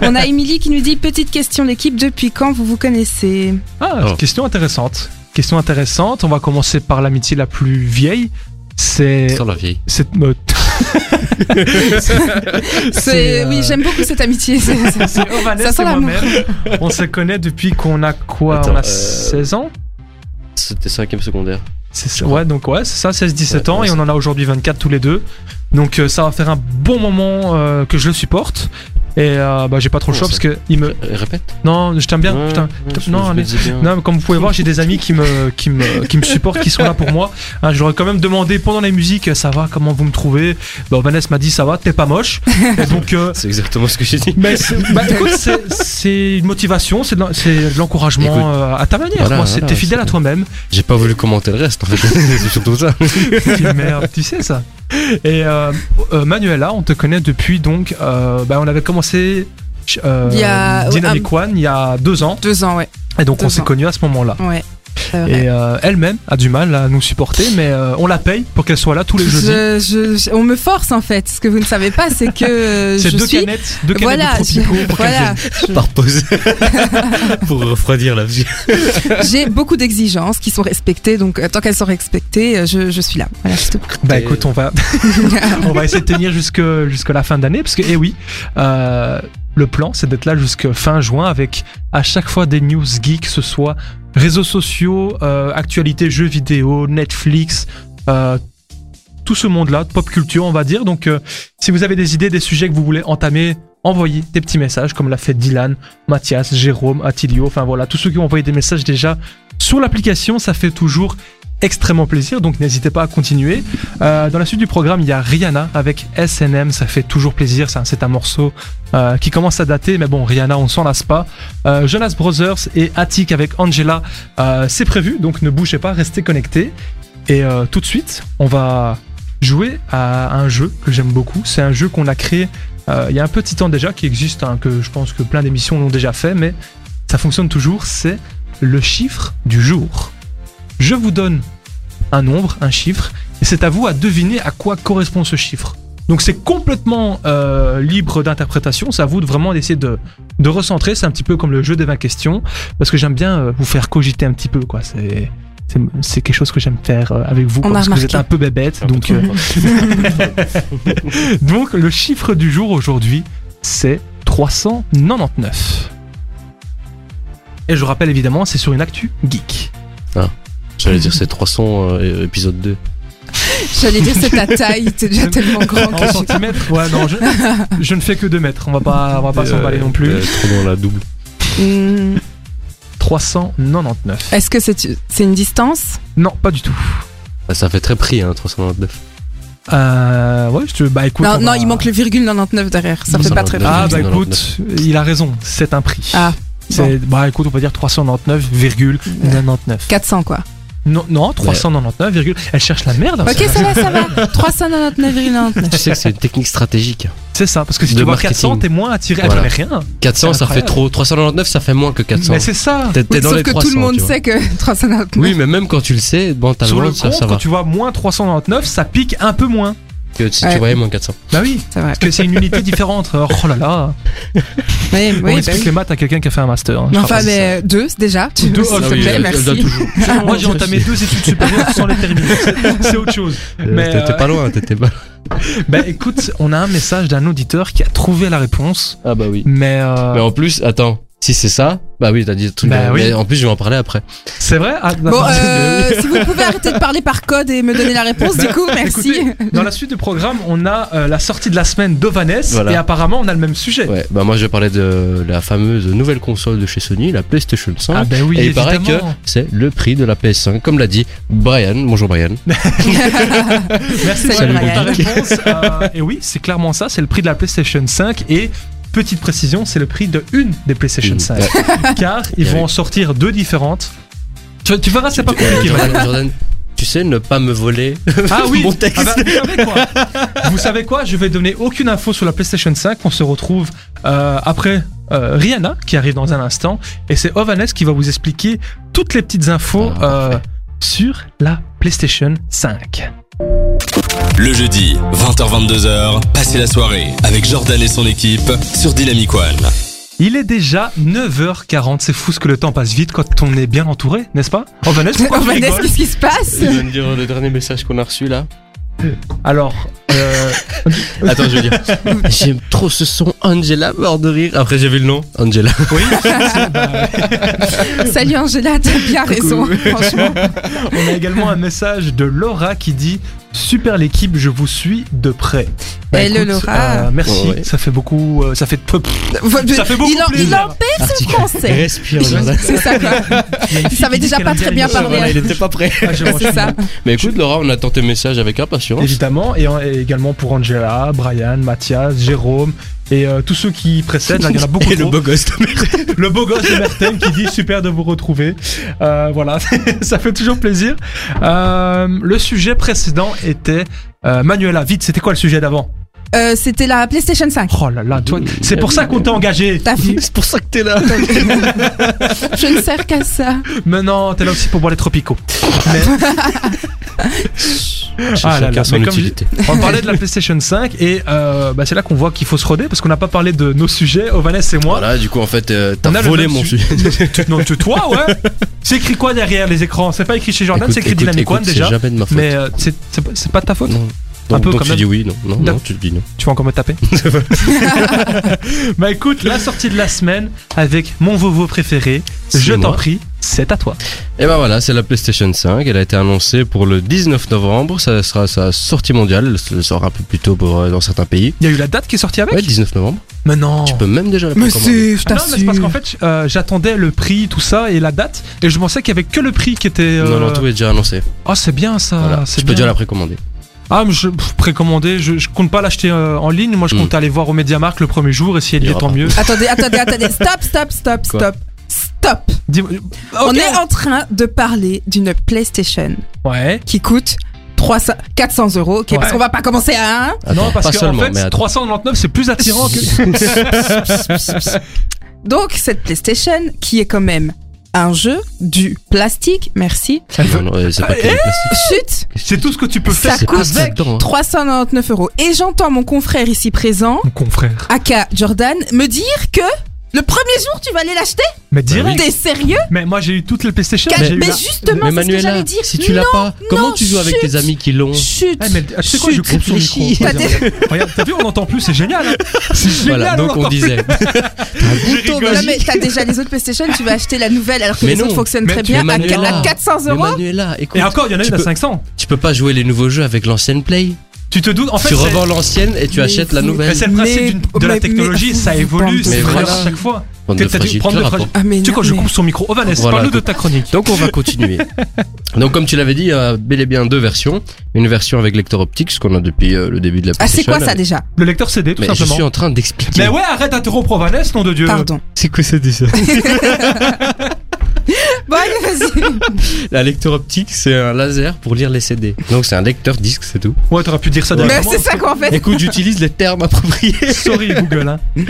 Speaker 4: a, on a Émilie qui nous dit Petite question, l'équipe, depuis quand vous vous connaissez
Speaker 2: Ah,
Speaker 3: Oh.
Speaker 2: question intéressante. Question intéressante. On va commencer par l'amitié la plus vieille. C'est euh,
Speaker 3: Sans la vieille.
Speaker 2: cette meute.
Speaker 4: C'est- Oui, j'aime beaucoup cette amitié. c'est- c'est-
Speaker 2: euh, C'est Ovanès
Speaker 4: Ça sent
Speaker 2: et
Speaker 4: l'amour.
Speaker 2: moi-même. On se connaît depuis qu'on a quoi
Speaker 3: Attends,
Speaker 2: On a
Speaker 3: euh,
Speaker 2: 16 ans
Speaker 3: C'était 5 secondaire.
Speaker 2: C'est ça. Ouais, donc ouais, c'est ça, 16-17
Speaker 3: Ouais,
Speaker 2: ans,
Speaker 3: ouais,
Speaker 2: et on en a aujourd'hui 24 tous les deux. Donc euh, ça va faire un bon moment euh, que je le supporte. Et euh, bah, j'ai pas trop le
Speaker 3: Oh,
Speaker 2: choix parce
Speaker 3: ça-
Speaker 2: que il me.
Speaker 3: Euh, Répète.
Speaker 2: Non, je t'aime bien.
Speaker 3: Ouais,
Speaker 2: putain.
Speaker 3: ouais, je-
Speaker 2: non,
Speaker 3: je me
Speaker 2: allez.
Speaker 3: disais bien.
Speaker 2: Non, mais comme vous pouvez voir, j'ai des amis qui me, qui me, qui me supportent, qui sont là pour moi. Hein, je leur ai quand même demandé pendant la musique, ça va, comment vous me trouvez Bah, Vanessa m'a dit, ça va, t'es pas moche. Et donc, euh,
Speaker 3: C'est exactement ce que j'ai dit.
Speaker 2: mais c'est- bah, écoute, c'est- c'est une motivation, c'est de l'en- c'est de
Speaker 3: Écoute.
Speaker 2: l'encouragement euh, à ta manière.
Speaker 3: Voilà,
Speaker 2: moi, c'est-
Speaker 3: voilà,
Speaker 2: t'es fidèle
Speaker 3: c'est-
Speaker 2: à toi-même.
Speaker 3: J'ai pas voulu commenter le reste en fait. C'est surtout ça.
Speaker 2: Petite merde, tu sais ça. Et euh, euh, Manuela, on te connaît depuis donc, euh, bah, on avait commencé. euh,
Speaker 4: Il y a-
Speaker 2: Dynamic One il y a deux ans
Speaker 4: Deux ans, ouais.
Speaker 2: et donc on
Speaker 4: deux
Speaker 2: s'est
Speaker 4: ans.
Speaker 2: connus à ce moment là
Speaker 4: ouais c'est vrai.
Speaker 2: Et euh, elle-même a du mal à nous supporter, mais euh, on la paye pour qu'elle soit là tous les jeudis.
Speaker 4: Je- je- je- on me force en fait. Ce que vous ne savez pas, c'est que euh,
Speaker 2: C'est
Speaker 4: je
Speaker 2: deux
Speaker 4: suis.
Speaker 2: canettes, deux canettes
Speaker 4: voilà,
Speaker 2: de
Speaker 4: je-
Speaker 2: Tropico pour qu'elle
Speaker 4: voilà.
Speaker 2: vienne.
Speaker 3: Par pause. Pour refroidir la vie.
Speaker 4: j'ai beaucoup d'exigences qui sont respectées, donc euh, tant qu'elles sont respectées, euh, je, je suis là. Voilà, c'est tout.
Speaker 2: Bah écoute, on va, on va essayer de tenir jusque, jusque la fin d'année, parce que, eh oui, euh, le plan, c'est d'être là jusque fin juin avec à chaque fois des news geeks, que ce soit réseaux sociaux, euh, actualités, jeux vidéo, Netflix, euh, tout ce monde-là, de pop culture, on va dire. Donc, euh, si vous avez des idées, des sujets que vous voulez entamer, envoyez des petits messages, comme l'a fait Dylan, Mathias, Jérôme, Attilio, enfin voilà, tous ceux qui ont envoyé des messages déjà sur l'application, ça fait toujours extrêmement plaisir, donc n'hésitez pas à continuer. Euh, dans la suite du programme, il y a Rihanna avec SNM, ça fait toujours plaisir, ça, c'est un morceau euh, qui commence à dater, mais bon, Rihanna, on s'en lasse pas. Euh, Jonas Brothers et Attic avec Angela, euh, c'est prévu, donc ne bougez pas, restez connectés. Et euh, tout de suite, on va jouer à un jeu que j'aime beaucoup. C'est un jeu qu'on a créé euh, il y a un petit temps déjà, qui existe, hein, que je pense que plein d'émissions l'ont déjà fait, mais ça fonctionne toujours, c'est le chiffre du jour. Je vous donne un nombre, un chiffre, et c'est à vous à deviner à quoi correspond ce chiffre. Donc c'est complètement euh, libre d'interprétation, c'est à vous de vraiment d'essayer de, de recentrer, c'est un petit peu comme le jeu des 20 questions, parce que j'aime bien euh, vous faire cogiter un petit peu, quoi. C'est, c'est, c'est quelque chose que j'aime faire euh, avec vous,
Speaker 4: On
Speaker 2: quoi,
Speaker 4: a
Speaker 2: parce que vous êtes
Speaker 4: remarqué.
Speaker 2: un peu bébête, donc... euh, donc le chiffre du jour aujourd'hui, c'est 399. Et je vous rappelle évidemment, c'est sur une actu geek.
Speaker 3: J'allais dire c'est 300 euh, épisode 2.
Speaker 4: J'allais dire c'est ta taille, t'es déjà tellement grand que
Speaker 2: En
Speaker 4: je...
Speaker 2: centimètres Ouais, non, je, je ne fais que 2 mètres. On va pas, on va pas s'emballer non plus.
Speaker 3: Euh, trop dans la double.
Speaker 4: Hmm,
Speaker 2: 399.
Speaker 4: Est-ce que c'est c'est une distance
Speaker 2: Non, pas du tout.
Speaker 3: Ah, Ça fait très pris hein 399.
Speaker 2: Euh, ouais, je te, bah écoute.
Speaker 4: Non,
Speaker 2: on
Speaker 4: non,
Speaker 2: va-
Speaker 4: il manque le virgule 99 derrière. Ça fait pas très bien.
Speaker 2: Ah bah
Speaker 3: 399.
Speaker 2: écoute, il a raison. C'est un prix.
Speaker 4: Ah,
Speaker 2: C'est, bah écoute, on va dire 399,99.
Speaker 4: 400 quoi.
Speaker 2: Non, non 399, virgule- elle cherche la merde. hein,
Speaker 4: Ok,
Speaker 2: celle-là.
Speaker 4: ça va, ça va. 399,99.
Speaker 3: Tu sais que c'est une technique stratégique.
Speaker 2: C'est ça, parce que si
Speaker 3: De
Speaker 2: tu vois
Speaker 3: marketing.
Speaker 2: 400, t'es moins attiré. Elle
Speaker 3: Voilà.
Speaker 2: connaît rien.
Speaker 3: 400
Speaker 2: C'est
Speaker 3: ça fait
Speaker 2: incroyable.
Speaker 3: trop. 399 ça fait moins que 400.
Speaker 2: Mais c'est ça.
Speaker 3: T'es t'es
Speaker 4: Oui,
Speaker 3: dans
Speaker 4: sauf
Speaker 3: les
Speaker 4: que
Speaker 3: 300.
Speaker 4: tout le monde
Speaker 3: tu vois.
Speaker 4: sait que 399.
Speaker 3: Oui, mais même quand tu le sais, bon, t'as le
Speaker 2: Sur le
Speaker 3: monde, ça,
Speaker 2: compte,
Speaker 3: ça
Speaker 2: quand
Speaker 3: va.
Speaker 2: tu vois moins 399, ça pique un peu moins.
Speaker 3: Que si
Speaker 4: Ouais.
Speaker 3: tu voyais moins 400.
Speaker 2: Bah oui,
Speaker 4: C'est vrai.
Speaker 2: parce que c'est une unité différente. Oh là là.
Speaker 4: Oui, oui,
Speaker 2: On
Speaker 4: bah
Speaker 2: explique
Speaker 4: oui.
Speaker 2: les maths à quelqu'un qui a fait un master. hein, je
Speaker 4: Mais enfin,
Speaker 2: rappelle.
Speaker 4: mais euh, deux déjà. Tu
Speaker 2: Deux,
Speaker 4: s'il
Speaker 2: oh,
Speaker 4: te
Speaker 2: ça oui,
Speaker 4: plaît,
Speaker 2: elle-
Speaker 4: merci.
Speaker 2: Moi, j'ai entamé deux études supérieures sans les terminer. C'est- C'est autre chose. Mais,
Speaker 3: T'étais
Speaker 2: euh,
Speaker 3: pas loin, t'étais pas.
Speaker 2: Bah écoute, on a un message d'un auditeur qui a trouvé la réponse,
Speaker 3: Ah bah oui.
Speaker 2: mais. euh,
Speaker 3: Mais en plus, attends, Si c'est ça, bah oui, t'as dit tout
Speaker 2: Bah oui.
Speaker 3: mais en plus, je vais en parler après.
Speaker 2: C'est vrai Ah,
Speaker 4: Bon,
Speaker 2: pardon.
Speaker 4: euh, si vous pouvez arrêter de parler par code et me donner la réponse, du coup, merci.
Speaker 2: Écoutez, dans la suite du programme, on a euh, la sortie de la semaine d'Ovanès
Speaker 3: Voilà.
Speaker 2: et apparemment on a le même sujet.
Speaker 3: Ouais, bah moi, je vais parler de la fameuse nouvelle console de chez Sony, la PlayStation 5.
Speaker 2: Ah ben oui,
Speaker 3: Et il paraît
Speaker 2: évidemment.
Speaker 3: que c'est le prix de la PS5, comme l'a dit Brian. Bonjour Brian.
Speaker 2: Merci
Speaker 4: Salut,
Speaker 2: Brian, pour ta
Speaker 4: Brian.
Speaker 2: réponse. Euh, et oui, c'est clairement ça, c'est le prix de la PlayStation 5 et petite précision, c'est le prix de une des PlayStation
Speaker 3: Une,
Speaker 2: 5
Speaker 3: ouais.
Speaker 2: car ils
Speaker 3: Et
Speaker 2: vont
Speaker 3: oui.
Speaker 2: en sortir deux différentes. Tu, tu verras, c'est pas compliqué.
Speaker 3: Euh, Jordan, Jordan, tu sais ne pas me voler
Speaker 2: Ah oui,
Speaker 3: mon texte.
Speaker 2: Ah bah, vous savez quoi Vous savez quoi Je vais donner aucune info sur la PlayStation 5. On se retrouve euh, après euh, Rihanna qui arrive dans un instant et c'est Ovanes qui va vous expliquer toutes les petites infos
Speaker 3: Ah,
Speaker 2: euh, sur la PlayStation 5.
Speaker 1: Le jeudi, 20h-22h, passez la soirée avec Jordan et son équipe sur Dynamic One.
Speaker 2: Il est déjà 9h40. C'est fou ce que le temps passe vite quand on est bien entouré, n'est-ce pas Ovanes, pourquoi
Speaker 4: Oh,
Speaker 2: tu
Speaker 4: Vanessa,
Speaker 2: rigoles
Speaker 4: qu'est-ce qui se passe
Speaker 3: Tu vas me dire le dernier message qu'on a reçu là.
Speaker 2: Alors, euh,
Speaker 3: Attends, je veux dire. J'aime trop ce son Angela, mort de rire. Après, j'ai vu le nom. Angela.
Speaker 2: oui, c'est- bah,
Speaker 4: Salut Angela, t'as bien raison, franchement.
Speaker 2: On a également un message de Laura qui dit Super l'équipe, je vous suis de près.
Speaker 4: Hello, Laura.
Speaker 2: euh, merci,
Speaker 3: Ouais.
Speaker 2: ça fait beaucoup. euh, ça fait. Ça fait beaucoup
Speaker 4: il, en, il
Speaker 2: plaisir. Eh,
Speaker 4: en perd ce français.
Speaker 3: Respire, Jordan.
Speaker 4: C'est ça quoi. Ça savait déjà pas très bien parler.
Speaker 3: Voilà, il était pas prêt.
Speaker 2: Ah, je m'en
Speaker 4: C'est
Speaker 2: suis
Speaker 4: ça.
Speaker 2: mis.
Speaker 3: Mais écoute, Laura, on attend tes messages avec impatience.
Speaker 2: Évidemment, et, en- et également pour Angela, Brian, Mathias, Jérôme et euh, tous ceux qui précèdent. Là, il y en a beaucoup
Speaker 3: Et le
Speaker 2: trop.
Speaker 3: beau gosse de merde.
Speaker 2: Le beau gosse de Mertem qui dit super de vous retrouver. Euh, voilà, ça fait toujours plaisir. Euh, le sujet précédent était euh, Manuela. Vite, c'était quoi le sujet d'avant
Speaker 4: Euh, C'était la PlayStation 5.
Speaker 2: Oh là là, toi, c'est pour ça qu'on t'a engagé.
Speaker 4: T'as vu
Speaker 3: C'est pour ça que t'es là.
Speaker 4: Je ne sers qu'à ça.
Speaker 2: Mais non, t'es là aussi pour boire les tropicaux. Mais- Ah là là,
Speaker 3: Chacun son
Speaker 2: mais comme
Speaker 3: utilité.
Speaker 2: on parlait de la PlayStation 5 et euh, bah, c'est là qu'on voit qu'il faut se roder parce qu'on n'a pas parlé de nos sujets, Ovanes et moi.
Speaker 3: Voilà, du coup, en fait, euh,
Speaker 2: On
Speaker 3: t'as
Speaker 2: a le
Speaker 3: volé
Speaker 2: même
Speaker 3: mon
Speaker 2: su-
Speaker 3: sujet.
Speaker 2: Non, tu- toi, ouais. C'est écrit quoi derrière les écrans C'est pas écrit chez Jordan,
Speaker 3: Écoute,
Speaker 2: c'est écrit
Speaker 3: écoute,
Speaker 2: Dynamic
Speaker 3: écoute,
Speaker 2: One
Speaker 3: c'est
Speaker 2: déjà.
Speaker 3: jamais de ma faute.
Speaker 2: Mais euh, c'est- c'est pas- c'est pas de ta faute.
Speaker 3: Non.
Speaker 2: Un
Speaker 3: Donc,
Speaker 2: peu
Speaker 3: donc
Speaker 2: quand
Speaker 3: tu
Speaker 2: même.
Speaker 3: dis oui, non, non,
Speaker 2: D'accord.
Speaker 3: non, tu te dis non.
Speaker 2: Tu vas encore me taper Bah écoute, la sortie de la semaine avec mon vovo préféré.
Speaker 3: C'est
Speaker 2: Je t'en
Speaker 3: moi.
Speaker 2: prie, c'est à toi.
Speaker 3: Et ben voilà, c'est la PlayStation 5. Elle a été annoncée pour le 19 novembre. Ça sera sa sortie mondiale. Elle sort un peu plus tôt pour, euh, dans certains pays.
Speaker 2: Il y a eu la date qui est sortie avec
Speaker 3: Ouais, 19 novembre.
Speaker 2: Mais non.
Speaker 3: Tu peux même déjà la
Speaker 4: Mais
Speaker 3: précommander.
Speaker 4: si, je
Speaker 2: Ah non, mais c'est
Speaker 4: t'assure.
Speaker 2: parce qu'en fait, euh, j'attendais le prix, tout ça, et la date, et je pensais qu'il y avait que le prix qui était. euh,
Speaker 3: Non, non, tout est déjà annoncé.
Speaker 2: Oh, c'est bien ça.
Speaker 3: Voilà. Tu
Speaker 2: c'est
Speaker 3: peux
Speaker 2: bien.
Speaker 3: déjà la précommander.
Speaker 2: Ah, mais je pff, précommandé, je, je compte pas l'acheter euh, en ligne. Moi, je
Speaker 3: Mm.
Speaker 2: compte aller voir au MediaMarkt le premier jour, essayer de
Speaker 3: Il y
Speaker 2: dire
Speaker 3: aura
Speaker 2: tant
Speaker 3: pas.
Speaker 2: mieux.
Speaker 4: Attendez, attendez, attendez. Stop, stop, stop,
Speaker 3: Quoi
Speaker 4: stop. Stop.
Speaker 2: Dis-moi-
Speaker 4: On
Speaker 2: Ok.
Speaker 4: est en train de parler d'une PlayStation
Speaker 2: Ouais.
Speaker 4: qui coûte 300, 400 euros. Ok,
Speaker 2: Ouais.
Speaker 4: parce qu'on va pas commencer hein. à 1.
Speaker 2: non,
Speaker 3: Attends,
Speaker 2: parce
Speaker 3: pas
Speaker 2: que en
Speaker 3: seulement, mais
Speaker 2: fait,
Speaker 3: attends.
Speaker 2: 399, c'est plus attirant que.
Speaker 4: Donc cette PlayStation qui est quand même un jeu du plastique, merci.
Speaker 3: Non, non, euh, c'est pas
Speaker 2: Ah,
Speaker 3: que les plastiques.
Speaker 4: Chut,
Speaker 2: C'est tout ce que tu peux faire.
Speaker 4: ça
Speaker 3: c'est pas
Speaker 4: coûte
Speaker 3: dedans, hein.
Speaker 4: 399 euros. Et j'entends mon confrère ici présent,
Speaker 2: Mon confrère.
Speaker 4: Aka Jordan, me dire que le premier jour tu vas aller l'acheter.
Speaker 2: Mais
Speaker 3: Bah
Speaker 2: direct.
Speaker 4: T'es sérieux
Speaker 2: Mais moi, j'ai eu toutes les PlayStation.
Speaker 4: Quatre-
Speaker 2: j'ai eu
Speaker 4: Mais
Speaker 2: la-
Speaker 4: justement,
Speaker 3: Mais
Speaker 4: c'est ce que j'allais
Speaker 3: Manuela,
Speaker 4: dire.
Speaker 3: si tu l'as
Speaker 4: Non,
Speaker 3: pas, comment tu joues avec
Speaker 4: chut.
Speaker 3: tes amis qui l'ont
Speaker 4: chut.
Speaker 2: Eh, mais tu sais quoi, je
Speaker 3: Chut,
Speaker 2: coupe son micro.
Speaker 3: réfléchis.
Speaker 4: T'as des-
Speaker 2: Regarde, t'as vu, on n'entend plus, c'est génial. hein. C'est génial.
Speaker 3: Voilà,
Speaker 2: on
Speaker 3: donc on
Speaker 2: l'entend plus.
Speaker 3: disait.
Speaker 4: Non, mais t'as déjà les autres PlayStation, tu vas acheter la nouvelle alors que
Speaker 3: Mais
Speaker 4: les
Speaker 3: non.
Speaker 4: autres fonctionnent
Speaker 2: Mais
Speaker 4: très
Speaker 2: tu-
Speaker 4: bien
Speaker 3: mais
Speaker 4: à,
Speaker 3: Manuela.
Speaker 4: à 400
Speaker 3: Mais
Speaker 4: euros.
Speaker 3: Manuela, écoute,
Speaker 2: Et encore, il y en a
Speaker 3: tu
Speaker 2: une à
Speaker 3: peux-
Speaker 2: 500.
Speaker 3: tu peux pas jouer les nouveaux jeux avec l'ancienne Play.
Speaker 2: Tu te doutes, en fait.
Speaker 3: Tu
Speaker 2: c'est-
Speaker 3: revends l'ancienne et tu
Speaker 4: Mais
Speaker 3: achètes la
Speaker 4: vous-
Speaker 2: Mais
Speaker 3: nouvelle.
Speaker 2: c'est le principe
Speaker 4: Mais-
Speaker 2: d'une- de la
Speaker 4: mais-
Speaker 2: technologie,
Speaker 4: mais-
Speaker 2: ça évolue,
Speaker 4: Mais
Speaker 2: c'est
Speaker 3: voilà.
Speaker 2: vrai à chaque fois.
Speaker 3: Bande de
Speaker 2: T'as dû
Speaker 3: fragiles,
Speaker 2: prendre
Speaker 3: quel
Speaker 2: le
Speaker 3: rapport
Speaker 2: fragile.
Speaker 4: Ah, mais
Speaker 2: Tu sais
Speaker 4: non,
Speaker 2: quoi, je
Speaker 4: mais-
Speaker 2: coupe son micro. Oh, Vanessa,
Speaker 3: Voilà,
Speaker 2: parle-nous de
Speaker 3: écoute.
Speaker 2: ta chronique.
Speaker 3: Donc on va continuer. Donc comme tu l'avais dit, il y a bel et bien deux versions. Une version avec lecteur optique, ce qu'on a depuis euh, le début de la
Speaker 4: Ah, c'est
Speaker 3: PlayStation.
Speaker 4: quoi ça déjà
Speaker 2: Le lecteur CD, tout
Speaker 3: Mais je
Speaker 2: simplement.
Speaker 3: suis en train d'expliquer.
Speaker 2: Mais ouais, arrête d'interrompre oh, Vanessa, nom de Dieu.
Speaker 4: Pardon.
Speaker 3: C'est quoi ça déjà
Speaker 4: Bon, allez,
Speaker 3: Bah,
Speaker 4: vas-y.
Speaker 3: La lecteur optique, c'est un laser pour lire les CD. Donc c'est un lecteur disque, c'est tout.
Speaker 2: Ouais, t'aurais pu dire ça
Speaker 4: Mais
Speaker 2: directement.
Speaker 4: c'est ça qu'en fait.
Speaker 3: Écoute, j'utilise les termes appropriés.
Speaker 2: Sorry, Google. Hein.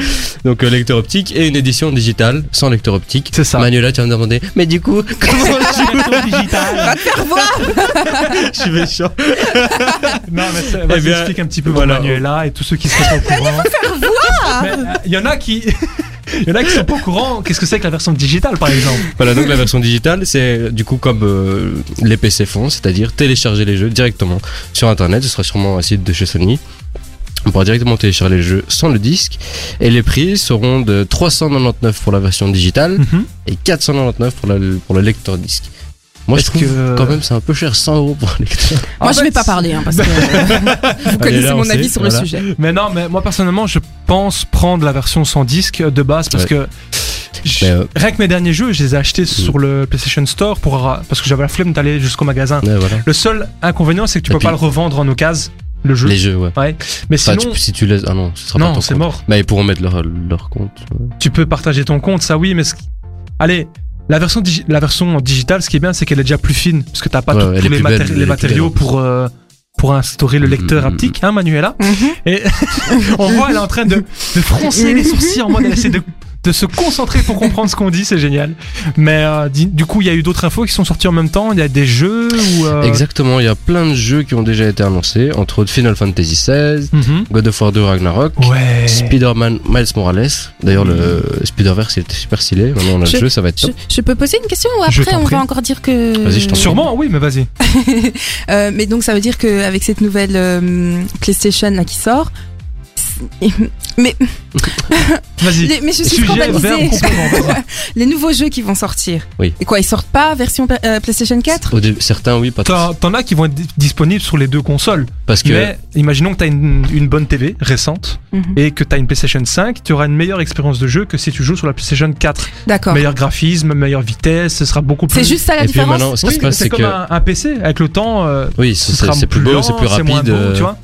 Speaker 3: Donc euh, lecteur optique et une édition digitale sans lecteur optique.
Speaker 2: C'est ça.
Speaker 3: Manuela, tu vas me demander. Mais du coup, comment
Speaker 2: Lecteur digital.
Speaker 4: Va te faire voir.
Speaker 3: je suis méchant
Speaker 2: Non, mais c'est- vas-y,
Speaker 3: Eh bien,
Speaker 2: explique un petit peu
Speaker 3: voilà.
Speaker 2: voilà. Manuela et tous ceux qui sont pas au courant. Mais, euh, Il y en a qui. Il y en a qui sont pas au courant. Qu'est-ce que c'est que la version digitale, par exemple
Speaker 3: Voilà, donc la version digitale, c'est du coup comme euh, les PC font, c'est-à-dire télécharger les jeux directement sur Internet. Ce sera sûrement un site de chez Sony. On pourra directement télécharger le jeu sans le disque. Et les prix seront de 399 pour la version digitale
Speaker 2: Mhm.
Speaker 3: et 499 pour, la- pour le lecteur disque. Moi, je
Speaker 2: Est-ce
Speaker 3: trouve
Speaker 2: que-
Speaker 3: quand même c'est un peu cher, 100 euros pour un lecteur.
Speaker 4: Moi,
Speaker 2: En
Speaker 4: je
Speaker 2: fait,
Speaker 4: vais pas parler, hein, parce que euh, vous connaissez
Speaker 3: bah, là, on
Speaker 4: mon
Speaker 3: sait,
Speaker 4: avis sur
Speaker 3: voilà.
Speaker 4: le sujet.
Speaker 2: Mais non, mais moi personnellement, je pense prendre la version sans disque de base parce
Speaker 3: Ouais.
Speaker 2: que. je-
Speaker 3: Mais, euh, Mm.
Speaker 2: Rien que mes derniers jeux, je les ai achetés sur le PlayStation Store pour, euh, parce que j'avais la flemme d'aller jusqu'au magasin.
Speaker 3: ouais, voilà.
Speaker 2: Le seul inconvénient, c'est que tu
Speaker 3: Mm. Et
Speaker 2: peux
Speaker 3: puis-
Speaker 2: pas le revendre en occasion, le jeu.
Speaker 3: Les jeux, ouais.
Speaker 2: Mais
Speaker 3: Enfin,
Speaker 2: sinon,
Speaker 3: tu- si tu laisses. Ah non, ce sera pas
Speaker 2: non,
Speaker 3: ton
Speaker 2: c'est
Speaker 3: compte.
Speaker 2: mort. Euh.
Speaker 3: Bah, ils pourront mettre leur, leur compte. ouais.
Speaker 2: Tu peux partager ton compte, ça oui, mais ce qui- allez, la version, digi- la version digitale, ce qui est bien, c'est qu'elle est déjà plus fine, parce que t'as pas
Speaker 3: Ouais,
Speaker 2: tout-
Speaker 3: elle est
Speaker 2: tous les,
Speaker 3: plus belle,
Speaker 2: matéri-
Speaker 3: elle
Speaker 2: les
Speaker 3: est plus belle, en
Speaker 2: matériaux
Speaker 3: plus.
Speaker 2: pour. euh, pour instaurer le lecteur
Speaker 3: Mhm.
Speaker 2: haptique, hein, Manuela
Speaker 4: Mhm.
Speaker 2: Et on voit, elle est en train de, de froncer les sourcils en mode elle essaie de, de se concentrer pour comprendre ce qu'on dit, c'est génial. Mais euh, di- du coup, il y a eu d'autres infos qui sont sorties en même temps, il y a des jeux ou. euh,
Speaker 3: Exactement, il y a plein de jeux qui ont déjà été annoncés, entre autres Final Fantasy XVI,
Speaker 2: Mhm.
Speaker 3: God of War 2 Ragnarok.
Speaker 2: Ouais. Mm.
Speaker 3: Spider-Man Miles Morales. D'ailleurs, le Spider-Verse, il était super stylé. Maintenant, on a
Speaker 4: Je-
Speaker 3: le jeu, ça va être
Speaker 4: Je,
Speaker 3: top.
Speaker 4: je peux poser une question ou
Speaker 2: Je
Speaker 4: après
Speaker 2: t'en
Speaker 4: on
Speaker 2: prie.
Speaker 4: va encore dire que.
Speaker 3: Vas-y, je t'en prie.
Speaker 2: Sûrement, oui, mais vas-y.
Speaker 4: Euh, mais donc ça veut dire qu'avec cette nouvelle euh, PlayStation là qui sort. c'est-
Speaker 2: Vas-y.
Speaker 4: les- mais je suis
Speaker 2: Sujet, verbe,
Speaker 4: scandalisée.
Speaker 2: complément.
Speaker 4: les nouveaux jeux qui vont sortir.
Speaker 3: Oui.
Speaker 4: Et quoi, ils sortent pas version euh, PlayStation 4
Speaker 3: Au début, certains, oui, pas
Speaker 2: T'en
Speaker 3: tous.
Speaker 2: t'en as qui vont être di- disponibles sur les deux consoles.
Speaker 3: Parce que
Speaker 2: Mais imaginons que t'as une, une bonne TV récente
Speaker 4: Mhm.
Speaker 2: et que t'as une PlayStation 5, tu auras une meilleure expérience de jeu que si tu joues sur la PlayStation 4.
Speaker 4: D'accord.
Speaker 2: Meilleur graphisme, meilleure vitesse, ce sera beaucoup plus.
Speaker 4: C'est juste ça la
Speaker 3: Et puis
Speaker 4: différence
Speaker 3: maintenant, ce qui
Speaker 2: Oui,
Speaker 3: se passe,
Speaker 2: c'est
Speaker 3: c'est
Speaker 2: comme
Speaker 3: que.
Speaker 2: un, un PC. Avec le temps, euh,
Speaker 3: Oui, c'est-
Speaker 2: ce sera
Speaker 3: c'est c'est plus beau,
Speaker 2: lent,
Speaker 3: c'est plus
Speaker 2: moins
Speaker 3: rapide.
Speaker 2: beau,
Speaker 3: euh,
Speaker 2: tu vois.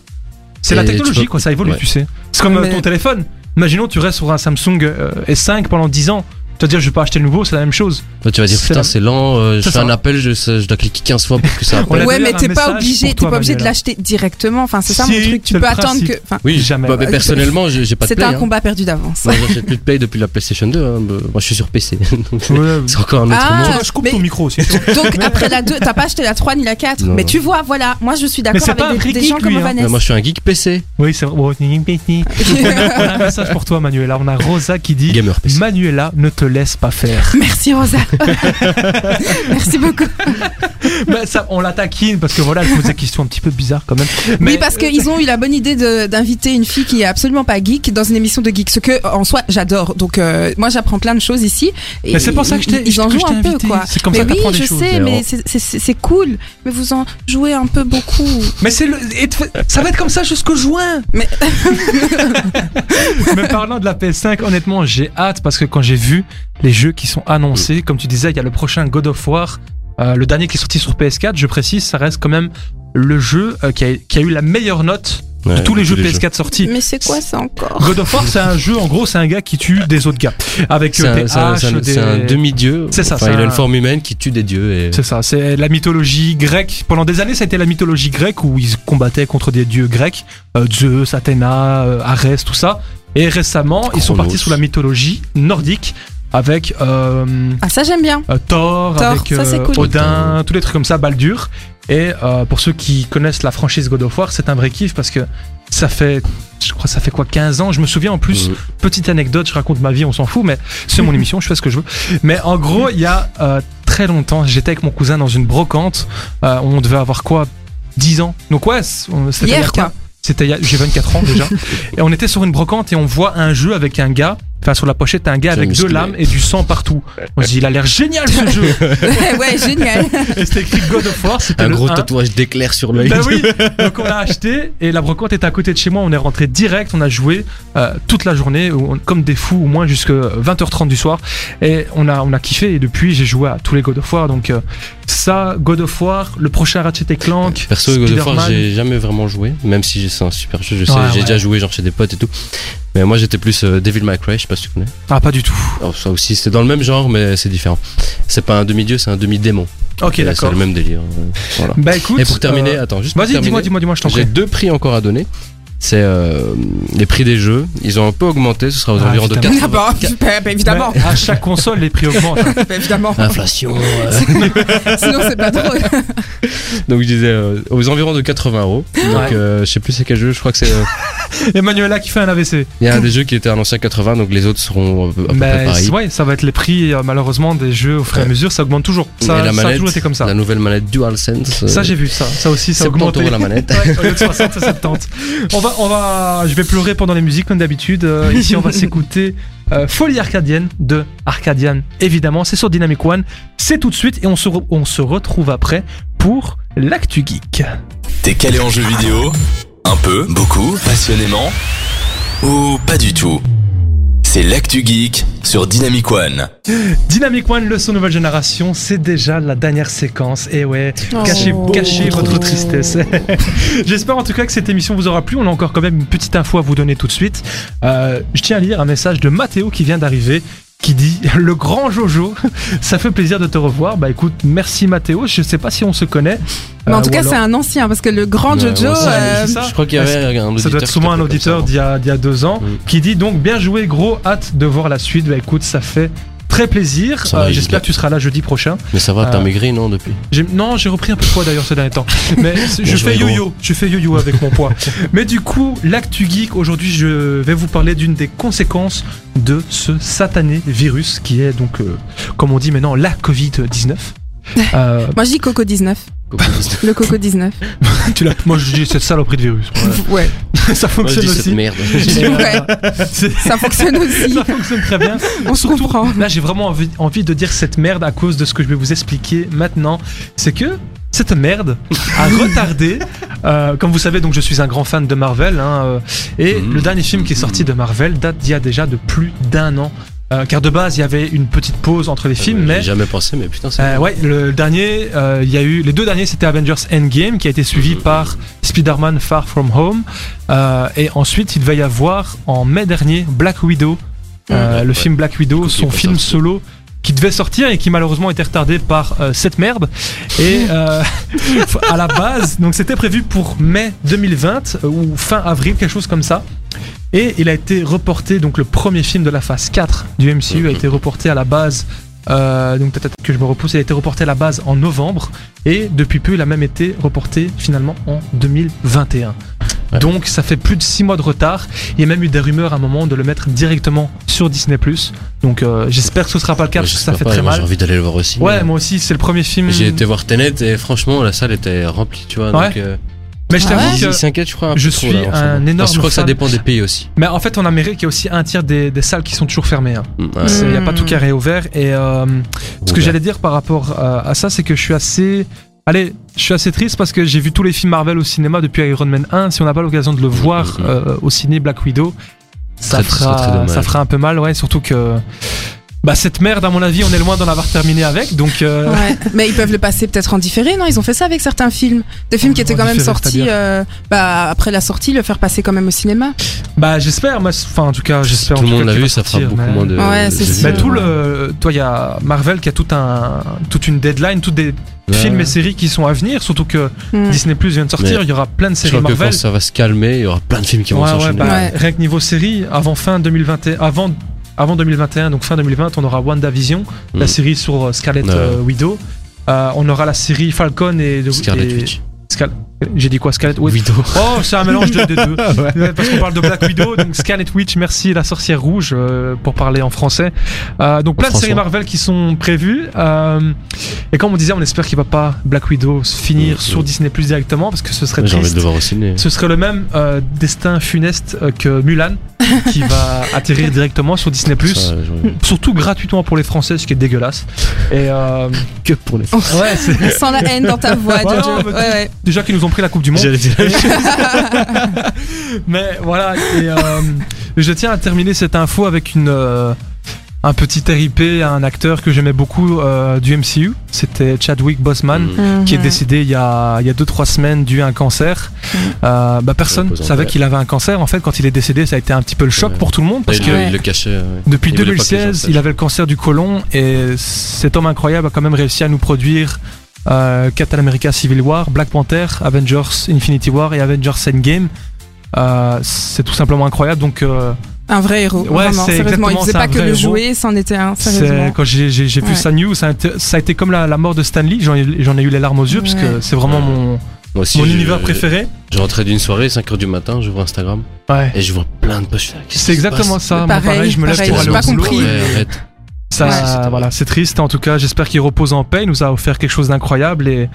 Speaker 2: C'est la
Speaker 3: et tu
Speaker 2: technologie,
Speaker 3: peux-
Speaker 2: quoi, ça évolue,
Speaker 3: ouais.
Speaker 2: tu sais. C'est comme euh,
Speaker 4: Mais-
Speaker 2: ton téléphone. Imaginons, tu restes sur un Samsung euh, S5 pendant 10 ans. Tu vas dire, je vais pas acheter le nouveau, c'est la même chose.
Speaker 3: Toi, tu vas dire,
Speaker 2: C'est
Speaker 3: putain,
Speaker 2: la-
Speaker 3: c'est lent, euh, je
Speaker 2: C'est
Speaker 3: fais
Speaker 2: ça.
Speaker 3: un appel, je, ça- je dois cliquer 15 fois pour que ça
Speaker 2: On l'a
Speaker 3: appelle.
Speaker 4: Ouais,
Speaker 2: d'ailleurs
Speaker 4: mais
Speaker 2: un
Speaker 4: t'es pas
Speaker 2: message
Speaker 4: obligé,
Speaker 2: pour
Speaker 4: t'es
Speaker 2: toi,
Speaker 4: pas obligé de
Speaker 2: Manuela.
Speaker 4: l'acheter directement. Enfin, c'est ça mon
Speaker 2: Si,
Speaker 4: truc.
Speaker 2: c'est
Speaker 4: Tu peux
Speaker 2: le
Speaker 4: attendre
Speaker 2: principe.
Speaker 4: que. Enfin,
Speaker 3: Oui,
Speaker 2: Jamais.
Speaker 3: Bah, mais personnellement, j'ai j'ai pas de
Speaker 4: c'était
Speaker 3: Play.
Speaker 4: un
Speaker 3: hein.
Speaker 4: combat perdu d'avance.
Speaker 3: Moi, j'achète plus de Play depuis la PlayStation 2. hein. Bah, Moi, je suis sur PC. donc C'est encore un autre
Speaker 4: Ah,
Speaker 3: monde.
Speaker 2: je coupe
Speaker 4: mais-
Speaker 2: ton micro aussi.
Speaker 4: Donc après la 2, t'as pas acheté la 3 ni la 4.
Speaker 3: Non.
Speaker 4: Mais tu vois, voilà, moi je suis d'accord
Speaker 2: c'est pas un
Speaker 4: avec des,
Speaker 2: friki,
Speaker 4: des gens
Speaker 2: lui,
Speaker 4: comme
Speaker 2: hein.
Speaker 3: Bah, Moi,
Speaker 4: Vanessa.
Speaker 3: je suis un geek PC.
Speaker 2: Oui, c'est vrai. Bon, On a un message pour toi, Manuela. On a Rosa qui dit
Speaker 3: Gamer PC.
Speaker 2: Manuela, ne te laisse pas faire.
Speaker 4: Merci Rosa. Merci beaucoup.
Speaker 2: Bah, ça, on la taquine parce que voilà, elle pose des questions un petit peu bizarres quand même. Mais
Speaker 4: oui, parce qu'ils ont eu la bonne idée de- d'inviter une fille qui est absolument pas geek dans une émission de geek. Ce que, en soi, j'adore. Donc, euh, moi, j'apprends plein de choses ici. Et
Speaker 2: Mais c'est pour ça que je t'ai
Speaker 4: Ils en
Speaker 2: que je
Speaker 4: jouent
Speaker 2: t'ai
Speaker 4: un peu,
Speaker 2: invité.
Speaker 4: quoi.
Speaker 2: C'est comme
Speaker 4: mais
Speaker 2: ça que
Speaker 4: oui,
Speaker 2: t'apprends des
Speaker 4: je
Speaker 2: choses.
Speaker 4: sais,
Speaker 3: d'ailleurs.
Speaker 4: mais c'est- c'est c'est- c'est cool. Mais vous en jouez un peu beaucoup.
Speaker 2: Mais c'est le. et te- Ça va être comme ça jusqu'au juin
Speaker 4: Mais-
Speaker 2: Mais parlant de la PS5, honnêtement, j'ai hâte parce que quand j'ai vu les jeux qui sont annoncés, comme tu disais, il y a le prochain God of War, euh, le dernier qui est sorti sur PS4, je précise, ça reste quand même le jeu euh, qui, a, qui a eu la meilleure note de tous les jeux PS4 sortis.
Speaker 4: Mais c'est quoi ça encore
Speaker 2: God of War, c'est un jeu, en gros, c'est un gars qui tue des autres gars. Avec
Speaker 3: C'est
Speaker 2: euh, des
Speaker 3: un, c'est un-
Speaker 2: haches,
Speaker 3: c'est un-
Speaker 2: des-
Speaker 3: c'est un demi-dieu.
Speaker 2: C'est ça,
Speaker 3: Enfin,
Speaker 2: c'est
Speaker 3: il
Speaker 2: un-
Speaker 3: a une forme humaine qui tue des dieux. Et...
Speaker 2: C'est ça, c'est la mythologie grecque. Pendant des années, ça a été la mythologie grecque où ils combattaient contre des dieux grecs, euh, Zeus, Athéna, euh, Arès, tout ça. Et récemment, ils sont
Speaker 3: Chronos.
Speaker 2: partis sur la mythologie nordique avec euh,
Speaker 4: Ah, ça j'aime bien.
Speaker 2: euh, Thor,
Speaker 4: Thor,
Speaker 2: avec euh,
Speaker 4: ça, c'est cool.
Speaker 2: Odin, tous les trucs comme ça, Baldur. Et euh, pour ceux qui connaissent la franchise God of War, c'est un vrai kiff parce que ça fait, je crois, ça fait quoi, 15 ans. Je me souviens en plus,
Speaker 3: Mhm.
Speaker 2: petite anecdote, je raconte ma vie, on s'en fout, mais c'est mon émission, je fais ce que je veux. Mais en gros, il y a euh, très longtemps, j'étais avec mon cousin dans une brocante. euh, on devait avoir quoi 10 ans. Donc ouais, c'est- on- c'était
Speaker 4: Hier,
Speaker 2: il y a
Speaker 4: quoi.
Speaker 2: C'était il y a- j'ai 24 ans déjà. et on était sur une brocante et on voit un jeu avec un gars. Enfin, sur la pochette, un gars
Speaker 3: Très
Speaker 2: avec deux
Speaker 3: musclé.
Speaker 2: lames et du sang partout. On se dit, il a l'air génial ce jeu.
Speaker 4: ouais, ouais, génial.
Speaker 2: Et c'était écrit God of War, c'était
Speaker 3: Un
Speaker 2: le
Speaker 3: gros
Speaker 2: 1.
Speaker 3: tatouage d'éclair sur l'œil.
Speaker 2: Bah oui, donc on l'a acheté et la brocante était à côté de chez moi. On est rentré direct, on a joué euh, toute la journée, on- comme des fous, au moins jusqu'à 20h30 du soir. Et on a, on a kiffé. Et depuis, j'ai joué à tous les God of War. Donc, euh, ça, God of War, le prochain Ratchet et Clank.
Speaker 3: Perso, God of War,
Speaker 2: Spider-Man.
Speaker 3: j'ai jamais vraiment joué, même si c'est un super jeu, je sais,
Speaker 2: Ouais, ouais.
Speaker 3: j'ai déjà joué genre chez des potes et tout. Mais moi j'étais plus euh, Devil May Cry, je sais pas si tu connais.
Speaker 2: Ah, pas du tout.
Speaker 3: Alors, Oh, ça aussi, c'est dans le même genre, mais c'est différent. C'est pas un demi-dieu, c'est un demi-démon.
Speaker 2: Ok,
Speaker 3: Et C'est
Speaker 2: d'accord.
Speaker 3: le même délire. euh, Voilà.
Speaker 2: Bah écoute.
Speaker 3: Et pour terminer,
Speaker 2: euh,
Speaker 3: attends, juste pour
Speaker 2: vas-y, dis-moi,
Speaker 3: terminer,
Speaker 2: dis-moi, dis-moi, je t'en
Speaker 3: j'ai
Speaker 2: prie.
Speaker 3: deux prix encore à donner. C'est euh, les prix des jeux. Ils ont un peu augmenté, ce sera aux
Speaker 2: Ah,
Speaker 3: environs de
Speaker 2: évidemment.
Speaker 3: 4.
Speaker 4: D'abord, bah, bah, évidemment.
Speaker 2: Ouais, à chaque console, les prix augmentent.
Speaker 4: Bah, évidemment.
Speaker 3: Inflation. euh.
Speaker 4: Sinon, c'est pas drôle.
Speaker 3: Donc je disais euh, aux environs de 80 euros. Donc
Speaker 2: Ouais.
Speaker 3: euh, je sais plus c'est quel jeu, je crois que c'est. euh,
Speaker 2: Emmanuela qui fait un AVC.
Speaker 3: Il y a un des jeux qui était annoncé à 80, donc les autres seront euh, à peu près
Speaker 2: Mais
Speaker 3: pareils.
Speaker 2: ouais, ça va être les prix, euh, malheureusement, des jeux au fur et à
Speaker 3: Ouais.
Speaker 2: mesure. Ça augmente toujours.
Speaker 3: Et
Speaker 2: Ça,
Speaker 3: la
Speaker 2: ça a
Speaker 3: manette,
Speaker 2: toujours été comme ça.
Speaker 3: La nouvelle manette DualSense. euh,
Speaker 2: Ça j'ai vu ça, ça aussi ça
Speaker 3: 70
Speaker 2: a augmenté.
Speaker 3: euros la manette.
Speaker 2: Ouais, au lieu de 60 c'est 70. On va, va, on va, je vais pleurer pendant les musiques comme d'habitude. Euh, ici, on va s'écouter euh, Folie Arcadienne de Arcadian. Évidemment, c'est sur Dynamic One. C'est tout de suite et on se, re- on se retrouve après pour l'actu geek.
Speaker 1: T'es calé en jeux vidéo Un peu, beaucoup, passionnément Ou pas du tout C'est l'actu geek sur Dynamic One.
Speaker 2: Dynamic One, le son nouvelle génération, c'est déjà la dernière séquence. Et ouais,
Speaker 4: Oh.
Speaker 2: cachez, cachez
Speaker 4: Trop
Speaker 2: votre
Speaker 4: mignon.
Speaker 2: tristesse. J'espère en tout cas que cette émission vous aura plu. On a encore quand même une petite info à vous donner tout de suite. Euh, je tiens à lire un message de Mathéo qui vient d'arriver qui dit le grand Jojo, ça fait plaisir de te revoir. Bah écoute, merci Mathéo, je sais pas si on se connaît.
Speaker 4: Mais
Speaker 2: Euh,
Speaker 4: en tout
Speaker 2: ou
Speaker 4: cas,
Speaker 2: alors-
Speaker 4: c'est un ancien parce que le grand
Speaker 3: Ouais,
Speaker 4: Jojo.
Speaker 3: ouais, c'est-
Speaker 4: euh,
Speaker 2: Oh, c'est ça.
Speaker 3: Je crois qu'il y avait un auditeur.
Speaker 2: ça doit être
Speaker 3: qui
Speaker 2: souvent un
Speaker 3: t'appelait comme
Speaker 2: auditeur
Speaker 3: ça.
Speaker 2: d'il y, a- d'il y a deux ans
Speaker 3: Mm.
Speaker 2: qui dit donc bien joué gros, hâte de voir la suite. Bah écoute, ça fait très plaisir.
Speaker 3: Ça va,
Speaker 2: Euh,
Speaker 3: il-
Speaker 2: J'espère que tu seras là jeudi prochain.
Speaker 3: Mais ça va,
Speaker 2: Ah.
Speaker 3: t'as maigri, non, depuis
Speaker 2: J'ai- Non, j'ai repris un peu de poids d'ailleurs ces derniers temps. Mais c'est- je
Speaker 3: Bonjour,
Speaker 2: fais
Speaker 3: Hugo.
Speaker 2: yo-yo, je fais yo-yo avec mon poids. Mais du coup, l'actu geek aujourd'hui, je vais vous parler d'une des conséquences de ce satané virus qui est donc, euh, comme on dit maintenant, la Covid Euh, 19.
Speaker 4: Moi, je dis Coco 19. Le Coco 19.
Speaker 2: moi, je dis cette saloperie de virus.
Speaker 4: Ouais,
Speaker 2: Ça
Speaker 3: Moi, je
Speaker 2: fonctionne
Speaker 3: dis cette
Speaker 2: aussi.
Speaker 3: merde.
Speaker 4: Ouais,
Speaker 2: C'est-
Speaker 4: ça fonctionne aussi.
Speaker 2: Ça fonctionne très bien.
Speaker 4: On se
Speaker 2: Surtout,
Speaker 4: comprend.
Speaker 2: Là, j'ai vraiment envie, envie de dire cette merde à cause de ce que je vais vous expliquer maintenant. C'est que cette merde a retardé. euh, comme vous savez, donc je suis un grand fan de Marvel. hein, euh, et
Speaker 3: Mhm.
Speaker 4: Mm.
Speaker 2: le dernier film qui est sorti de Marvel date d'il y a déjà de plus d'un an. Euh, car de base, il y avait une petite pause entre
Speaker 4: Euh,
Speaker 2: les films, mais
Speaker 3: J'ai jamais pensé, mais putain, c'est.
Speaker 2: euh, ouais, le dernier, euh, il y a eu les deux derniers, c'était Avengers Endgame qui a été suivi par Spider-Man Far From Home, Euh, et ensuite il devait y avoir en mai dernier Black Widow, euh,
Speaker 3: Ouais,
Speaker 2: le
Speaker 3: ouais.
Speaker 2: film Black Widow,
Speaker 3: coup, qui est
Speaker 2: son
Speaker 3: pas
Speaker 2: film
Speaker 3: sorti.
Speaker 2: solo qui devait sortir et qui malheureusement était retardé par euh, cette merde. Et euh, à la base, donc c'était prévu pour mai 2020 euh, ou fin avril, quelque chose comme ça. Et il a été reporté, donc le premier film de la phase 4 du MCU a été reporté à la base, euh, donc peut-être que je me repousse, il a été reporté à la base en novembre, et depuis peu il a même été reporté finalement en 2021.
Speaker 3: Ouais.
Speaker 2: Donc ça fait plus de 6 mois de retard, il y a même eu des rumeurs à un moment de le mettre directement sur Disney ⁇ donc euh, j'espère que ce sera pas le cas,
Speaker 3: Ouais,
Speaker 2: parce que
Speaker 3: je
Speaker 2: ça
Speaker 3: sais
Speaker 2: fait
Speaker 3: pas,
Speaker 2: très
Speaker 3: moi,
Speaker 2: mal.
Speaker 3: J'ai envie d'aller le voir aussi.
Speaker 2: Ouais,
Speaker 3: mais-
Speaker 2: moi aussi, c'est le premier film.
Speaker 3: J'ai été voir Tenet et franchement, la salle était remplie, tu vois.
Speaker 2: Ouais.
Speaker 3: Donc, euh,
Speaker 2: Mais je
Speaker 4: Ah
Speaker 2: t'avoue
Speaker 4: ouais
Speaker 2: que-
Speaker 3: ils s'inquiètent, je crois. un peu
Speaker 2: je
Speaker 3: trop,
Speaker 2: suis
Speaker 3: là, en ce
Speaker 2: un
Speaker 3: moment.
Speaker 2: énorme
Speaker 3: Parce que Je crois que ça
Speaker 2: fan.
Speaker 3: dépend des pays aussi.
Speaker 2: Mais en fait, en Amérique, il y a aussi un tiers des, des salles qui sont toujours fermées. hein.
Speaker 3: Mm, ouais.
Speaker 2: C'est- Il n'y a
Speaker 4: Mm.
Speaker 2: pas tout carré ouvert. Et euh, ce que j'allais dire par rapport euh, à ça, c'est que je suis assez. Allez, je suis assez triste parce que j'ai vu tous les films Marvel au cinéma depuis Iron Man 1. Si on n'a pas l'occasion de le voir
Speaker 3: mm.
Speaker 2: euh, au ciné Black Widow, ça,
Speaker 3: Très-
Speaker 2: fera,
Speaker 3: très, très dommage.
Speaker 2: ça fera un peu mal, ouais. Surtout que. Bah, cette merde, à mon avis, on est loin d'en avoir terminé avec. Donc. euh,
Speaker 4: Ouais. Mais ils peuvent le passer peut-être en différé, non Ils ont fait ça avec certains films. Des films qui étaient
Speaker 2: Ah, En
Speaker 4: quand même
Speaker 2: différé,
Speaker 4: sortis
Speaker 2: c'est-à-dire
Speaker 4: euh, bah, après la sortie, le faire passer quand même au cinéma.
Speaker 2: Bah j'espère, moi, c- enfin en tout cas j'espère. en
Speaker 3: Tout le
Speaker 2: tout
Speaker 3: monde
Speaker 2: cas
Speaker 3: l'a
Speaker 2: qu'il
Speaker 3: vu,
Speaker 2: va
Speaker 3: ça fera
Speaker 2: sortir,
Speaker 3: beaucoup
Speaker 2: mais-
Speaker 3: moins de.
Speaker 4: Ouais,
Speaker 3: de
Speaker 4: c'est
Speaker 3: vues.
Speaker 4: sûr.
Speaker 2: Mais tout le, toi il y a Marvel qui a tout un, toute une deadline, toutes des
Speaker 3: Ouais.
Speaker 2: films et séries qui sont à venir, surtout que
Speaker 4: Hmm.
Speaker 2: Disney Plus vient de sortir,
Speaker 3: Mais
Speaker 2: il y aura plein de
Speaker 3: Je
Speaker 2: séries
Speaker 3: crois que
Speaker 2: Marvel.
Speaker 3: quand ça va se calmer, il y aura plein de films qui vont
Speaker 2: Ouais, ouais,
Speaker 3: s'enchaîner.
Speaker 2: bah,
Speaker 4: Ouais.
Speaker 2: Rien que niveau série, avant fin 2021, avant avant 2021, donc fin 2020, on aura WandaVision, la
Speaker 3: Mm.
Speaker 2: série sur euh, Scarlett
Speaker 3: Ouais.
Speaker 2: euh, Widow. Euh, on aura la série Falcon et
Speaker 3: Scarlet
Speaker 2: et-
Speaker 3: Witch.
Speaker 2: Scar- J'ai dit quoi Scarlett Witch.
Speaker 3: Widow.
Speaker 2: Oh, c'est un mélange de- des deux. Ouais, Parce qu'on parle de Black Widow, donc Scarlet Witch, merci la sorcière rouge euh, pour parler en français. Euh, donc plein de
Speaker 3: François.
Speaker 2: séries Marvel qui sont prévues. euh, et comme on disait, on espère qu'il va pas Black Widow se finir
Speaker 3: Mhm.
Speaker 2: sur Disney Plus directement parce que ce serait
Speaker 3: J'ai envie de
Speaker 2: triste.
Speaker 3: le voir au ciné.
Speaker 2: Ce serait le même euh, destin funeste euh, que Mulan qui va atterrir directement sur Disney Plus.
Speaker 3: Ça, j'aurais-
Speaker 2: Surtout gratuitement pour les Français, ce qui est dégueulasse. Et euh,
Speaker 3: Que pour les.
Speaker 2: ouais, c'est-
Speaker 4: On sent la haine dans ta
Speaker 2: Ouais,
Speaker 4: voix, Jojo.
Speaker 2: non, mais
Speaker 4: Ouais, ouais.
Speaker 2: déjà qu'ils nous ont pris la Coupe du Monde.
Speaker 3: J'allais dire la même chose.
Speaker 2: Mais voilà, et, euh, je tiens à terminer cette info avec une, euh, un petit RIP à un acteur que j'aimais beaucoup euh, du MCU. C'était Chadwick Boseman.
Speaker 3: Mm.
Speaker 4: Hmm.
Speaker 2: Qui est décédé il y a 2-3 semaines dû à un cancer. Euh, bah, personne
Speaker 3: Reposant en
Speaker 2: savait
Speaker 3: paix.
Speaker 2: qu'il avait un cancer. En fait, quand il est décédé, ça a été un petit peu le choc
Speaker 3: Ouais.
Speaker 2: pour tout le monde parce
Speaker 3: Il
Speaker 2: que
Speaker 3: le- il le cachait. ouais.
Speaker 2: depuis
Speaker 3: Il voulait pas que les gens
Speaker 2: 2016,
Speaker 3: sachent.
Speaker 2: il avait le cancer du côlon et cet homme incroyable a quand même réussi à nous produire euh, Captain America Civil War, Black Panther, Avengers Infinity War et Avengers Endgame. Euh, c'est tout simplement incroyable. Donc, euh,
Speaker 4: Un vrai héros.
Speaker 2: Ouais,
Speaker 4: vraiment,
Speaker 2: c'est
Speaker 4: sérieusement. Il
Speaker 2: exactement,
Speaker 4: faisait
Speaker 2: c'est
Speaker 4: pas
Speaker 2: un
Speaker 4: que
Speaker 2: vrai
Speaker 4: le
Speaker 2: héros.
Speaker 4: jouer, c'en était un.
Speaker 2: c'est,
Speaker 4: Sérieusement.
Speaker 2: quand j'ai, j'ai- j'ai vu
Speaker 4: Ouais.
Speaker 2: sa news, ça a, été, ça a été comme la, la mort de Stanley. J'en ai, j'en ai eu les larmes aux yeux parce que
Speaker 4: Ouais.
Speaker 2: c'est vraiment mon,
Speaker 3: Moi aussi.
Speaker 2: mon
Speaker 3: je-
Speaker 2: univers préféré.
Speaker 3: Je rentrais d'une soirée, 5h du matin, j'ouvre Instagram
Speaker 2: Ouais.
Speaker 3: et je vois plein de posts. Je fais, ah, Qu'est-ce
Speaker 2: C'est
Speaker 3: euh, qui se
Speaker 2: exactement
Speaker 3: passe
Speaker 2: ça. Moi,
Speaker 4: Pareil,
Speaker 2: je me lève
Speaker 4: pareil,
Speaker 2: pour aller
Speaker 4: j'ai
Speaker 2: au
Speaker 4: pas
Speaker 2: boulot
Speaker 4: compris.
Speaker 2: et-
Speaker 3: Ouais, arrête.
Speaker 2: Ça,
Speaker 4: Ouais,
Speaker 3: c'est-
Speaker 2: voilà, c'est triste. En tout cas, j'espère qu'il repose en paix. Il nous a offert quelque chose d'incroyable et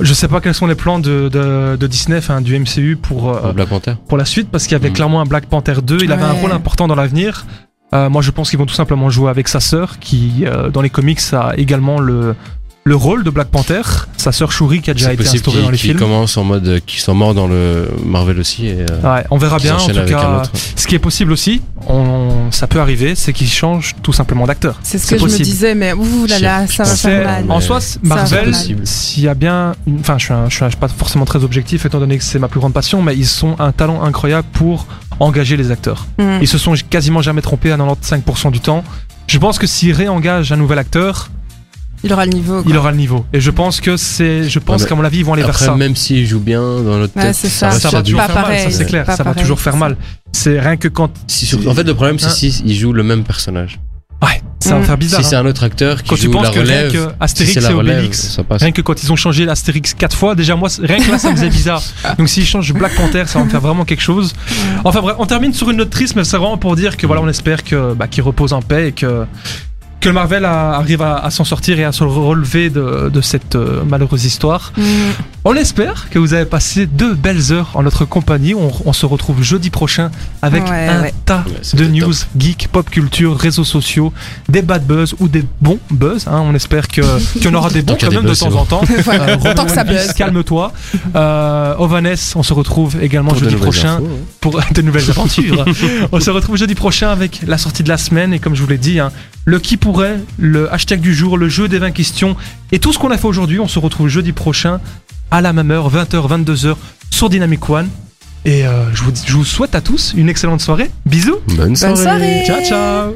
Speaker 2: Je sais pas quels sont les plans de, de, de Disney, enfin du MCU pour, euh,
Speaker 3: Pour Black Panther.
Speaker 2: pour la suite, parce qu'il y avait
Speaker 3: Mm.
Speaker 2: clairement un Black Panther 2, il avait un
Speaker 4: Ouais.
Speaker 2: rôle important dans l'avenir. Euh, moi je pense qu'ils vont tout simplement jouer avec sa sœur, qui euh, dans les comics a également le, le rôle de Black Panther, sa sœur Shuri qui a déjà
Speaker 3: C'est
Speaker 2: été
Speaker 3: possible
Speaker 2: instaurée dans
Speaker 3: qu'ils
Speaker 2: les
Speaker 3: qu'ils
Speaker 2: films.
Speaker 3: commencent en mode euh, qu'ils sont morts dans le Marvel aussi et euh,
Speaker 2: Ouais, on verra
Speaker 3: qu'ils
Speaker 2: Ah, bien en
Speaker 3: enchaînent
Speaker 2: tout
Speaker 3: avec un
Speaker 2: cas.
Speaker 3: autre.
Speaker 2: Ce qui est possible aussi, on- ça peut arriver, c'est qu'ils changent tout simplement d'acteur.
Speaker 4: C'est ce
Speaker 2: C'est
Speaker 4: que je me
Speaker 2: possible.
Speaker 4: disais, mais ouh là là, ça va
Speaker 3: C'est-
Speaker 4: faire
Speaker 2: C'est-
Speaker 4: mal.
Speaker 2: En
Speaker 3: Mais
Speaker 2: soi, c'est-
Speaker 4: ça va
Speaker 2: Marvel,
Speaker 4: faire
Speaker 3: mal.
Speaker 2: s'il y a bien. une- Enfin, je suis, un- je suis un- je suis pas forcément très objectif étant donné que c'est ma plus grande passion, mais ils sont un talent incroyable pour engager les acteurs.
Speaker 4: Mm.
Speaker 2: Ils se sont quasiment jamais trompés à 95% du temps. Je pense que s'ils réengagent un nouvel acteur,
Speaker 4: Il aura le niveau. quoi.
Speaker 2: il aura le niveau. Et je pense que c'est. Je pense
Speaker 3: Ouais, mais
Speaker 2: qu'à mon avis, ils vont aller vers
Speaker 3: Après,
Speaker 2: ça.
Speaker 3: même s'ils jouent bien dans notre
Speaker 4: Ouais,
Speaker 3: tête,
Speaker 4: c'est
Speaker 3: ça,
Speaker 4: ça.
Speaker 3: reste
Speaker 2: ça va
Speaker 3: du-
Speaker 2: toujours
Speaker 4: Pas
Speaker 2: faire mal, ça
Speaker 4: pareil,
Speaker 2: c'est clair.
Speaker 4: pas
Speaker 2: Ça va
Speaker 4: pareil,
Speaker 2: toujours faire
Speaker 4: c'est
Speaker 2: mal. C'est rien que quand.
Speaker 3: Si sur- En fait, le problème, c'est
Speaker 2: Hein.
Speaker 3: s'ils jouent le même personnage.
Speaker 2: Ouais, ça va
Speaker 4: Mm.
Speaker 2: faire bizarre.
Speaker 3: Si c'est
Speaker 2: hein.
Speaker 3: un autre acteur qui
Speaker 2: Quand tu
Speaker 3: joue
Speaker 2: penses
Speaker 3: la
Speaker 2: que rien
Speaker 3: relève,
Speaker 2: que
Speaker 3: si
Speaker 2: Astérix
Speaker 3: c'est
Speaker 2: et
Speaker 3: la relève,
Speaker 2: Obélix.
Speaker 3: ça passe.
Speaker 2: Rien que quand ils ont changé l'Astérix quatre fois, déjà moi, c- rien que là, ça me faisait bizarre. Donc s'ils changent Black Panther, ça va me faire vraiment quelque chose. Enfin bref, on termine sur une note triste, mais c'est vraiment pour dire que voilà, on espère que bah, qu'ils reposent en paix et que que Marvel a- arrive à, à s'en sortir et à se relever de, de cette euh, malheureuse histoire.
Speaker 4: Mm.
Speaker 2: On espère que vous avez passé deux belles heures en notre compagnie. On, on se retrouve jeudi prochain avec
Speaker 4: Ouais,
Speaker 2: un
Speaker 4: ouais.
Speaker 2: tas
Speaker 3: Ouais,
Speaker 2: de
Speaker 3: c'était
Speaker 2: news, geek, pop culture, réseaux sociaux, des bad buzz ou des bons buzz. hein. On espère que qu'il y en aura des bons
Speaker 3: Tant qu'il y
Speaker 2: quand
Speaker 3: a
Speaker 2: même
Speaker 3: des
Speaker 2: de
Speaker 3: buzz,
Speaker 2: temps
Speaker 3: c'est
Speaker 2: en temps.
Speaker 4: Voilà.
Speaker 2: Euh,
Speaker 4: Tant que ça
Speaker 2: One Piece,
Speaker 4: buzz.
Speaker 2: Calme-toi. Euh, Ovanes, on se retrouve également
Speaker 3: Pour de
Speaker 2: jeudi
Speaker 3: nouvelles
Speaker 2: prochain
Speaker 3: infos, hein.
Speaker 2: pour de nouvelles aventures. on se retrouve jeudi prochain avec la sortie de la semaine et comme je vous l'ai dit, hein, le qui pourrait, le hashtag du jour, le jeu des 20 questions et tout ce qu'on a fait aujourd'hui. On se retrouve jeudi prochain à la même heure, 20h, 22h sur Dynamic One. Et euh, je vous dis- je vous souhaite à tous une excellente soirée. Bisous.
Speaker 3: Bonne soirée.
Speaker 4: Bonne soirée.
Speaker 2: Ciao, ciao.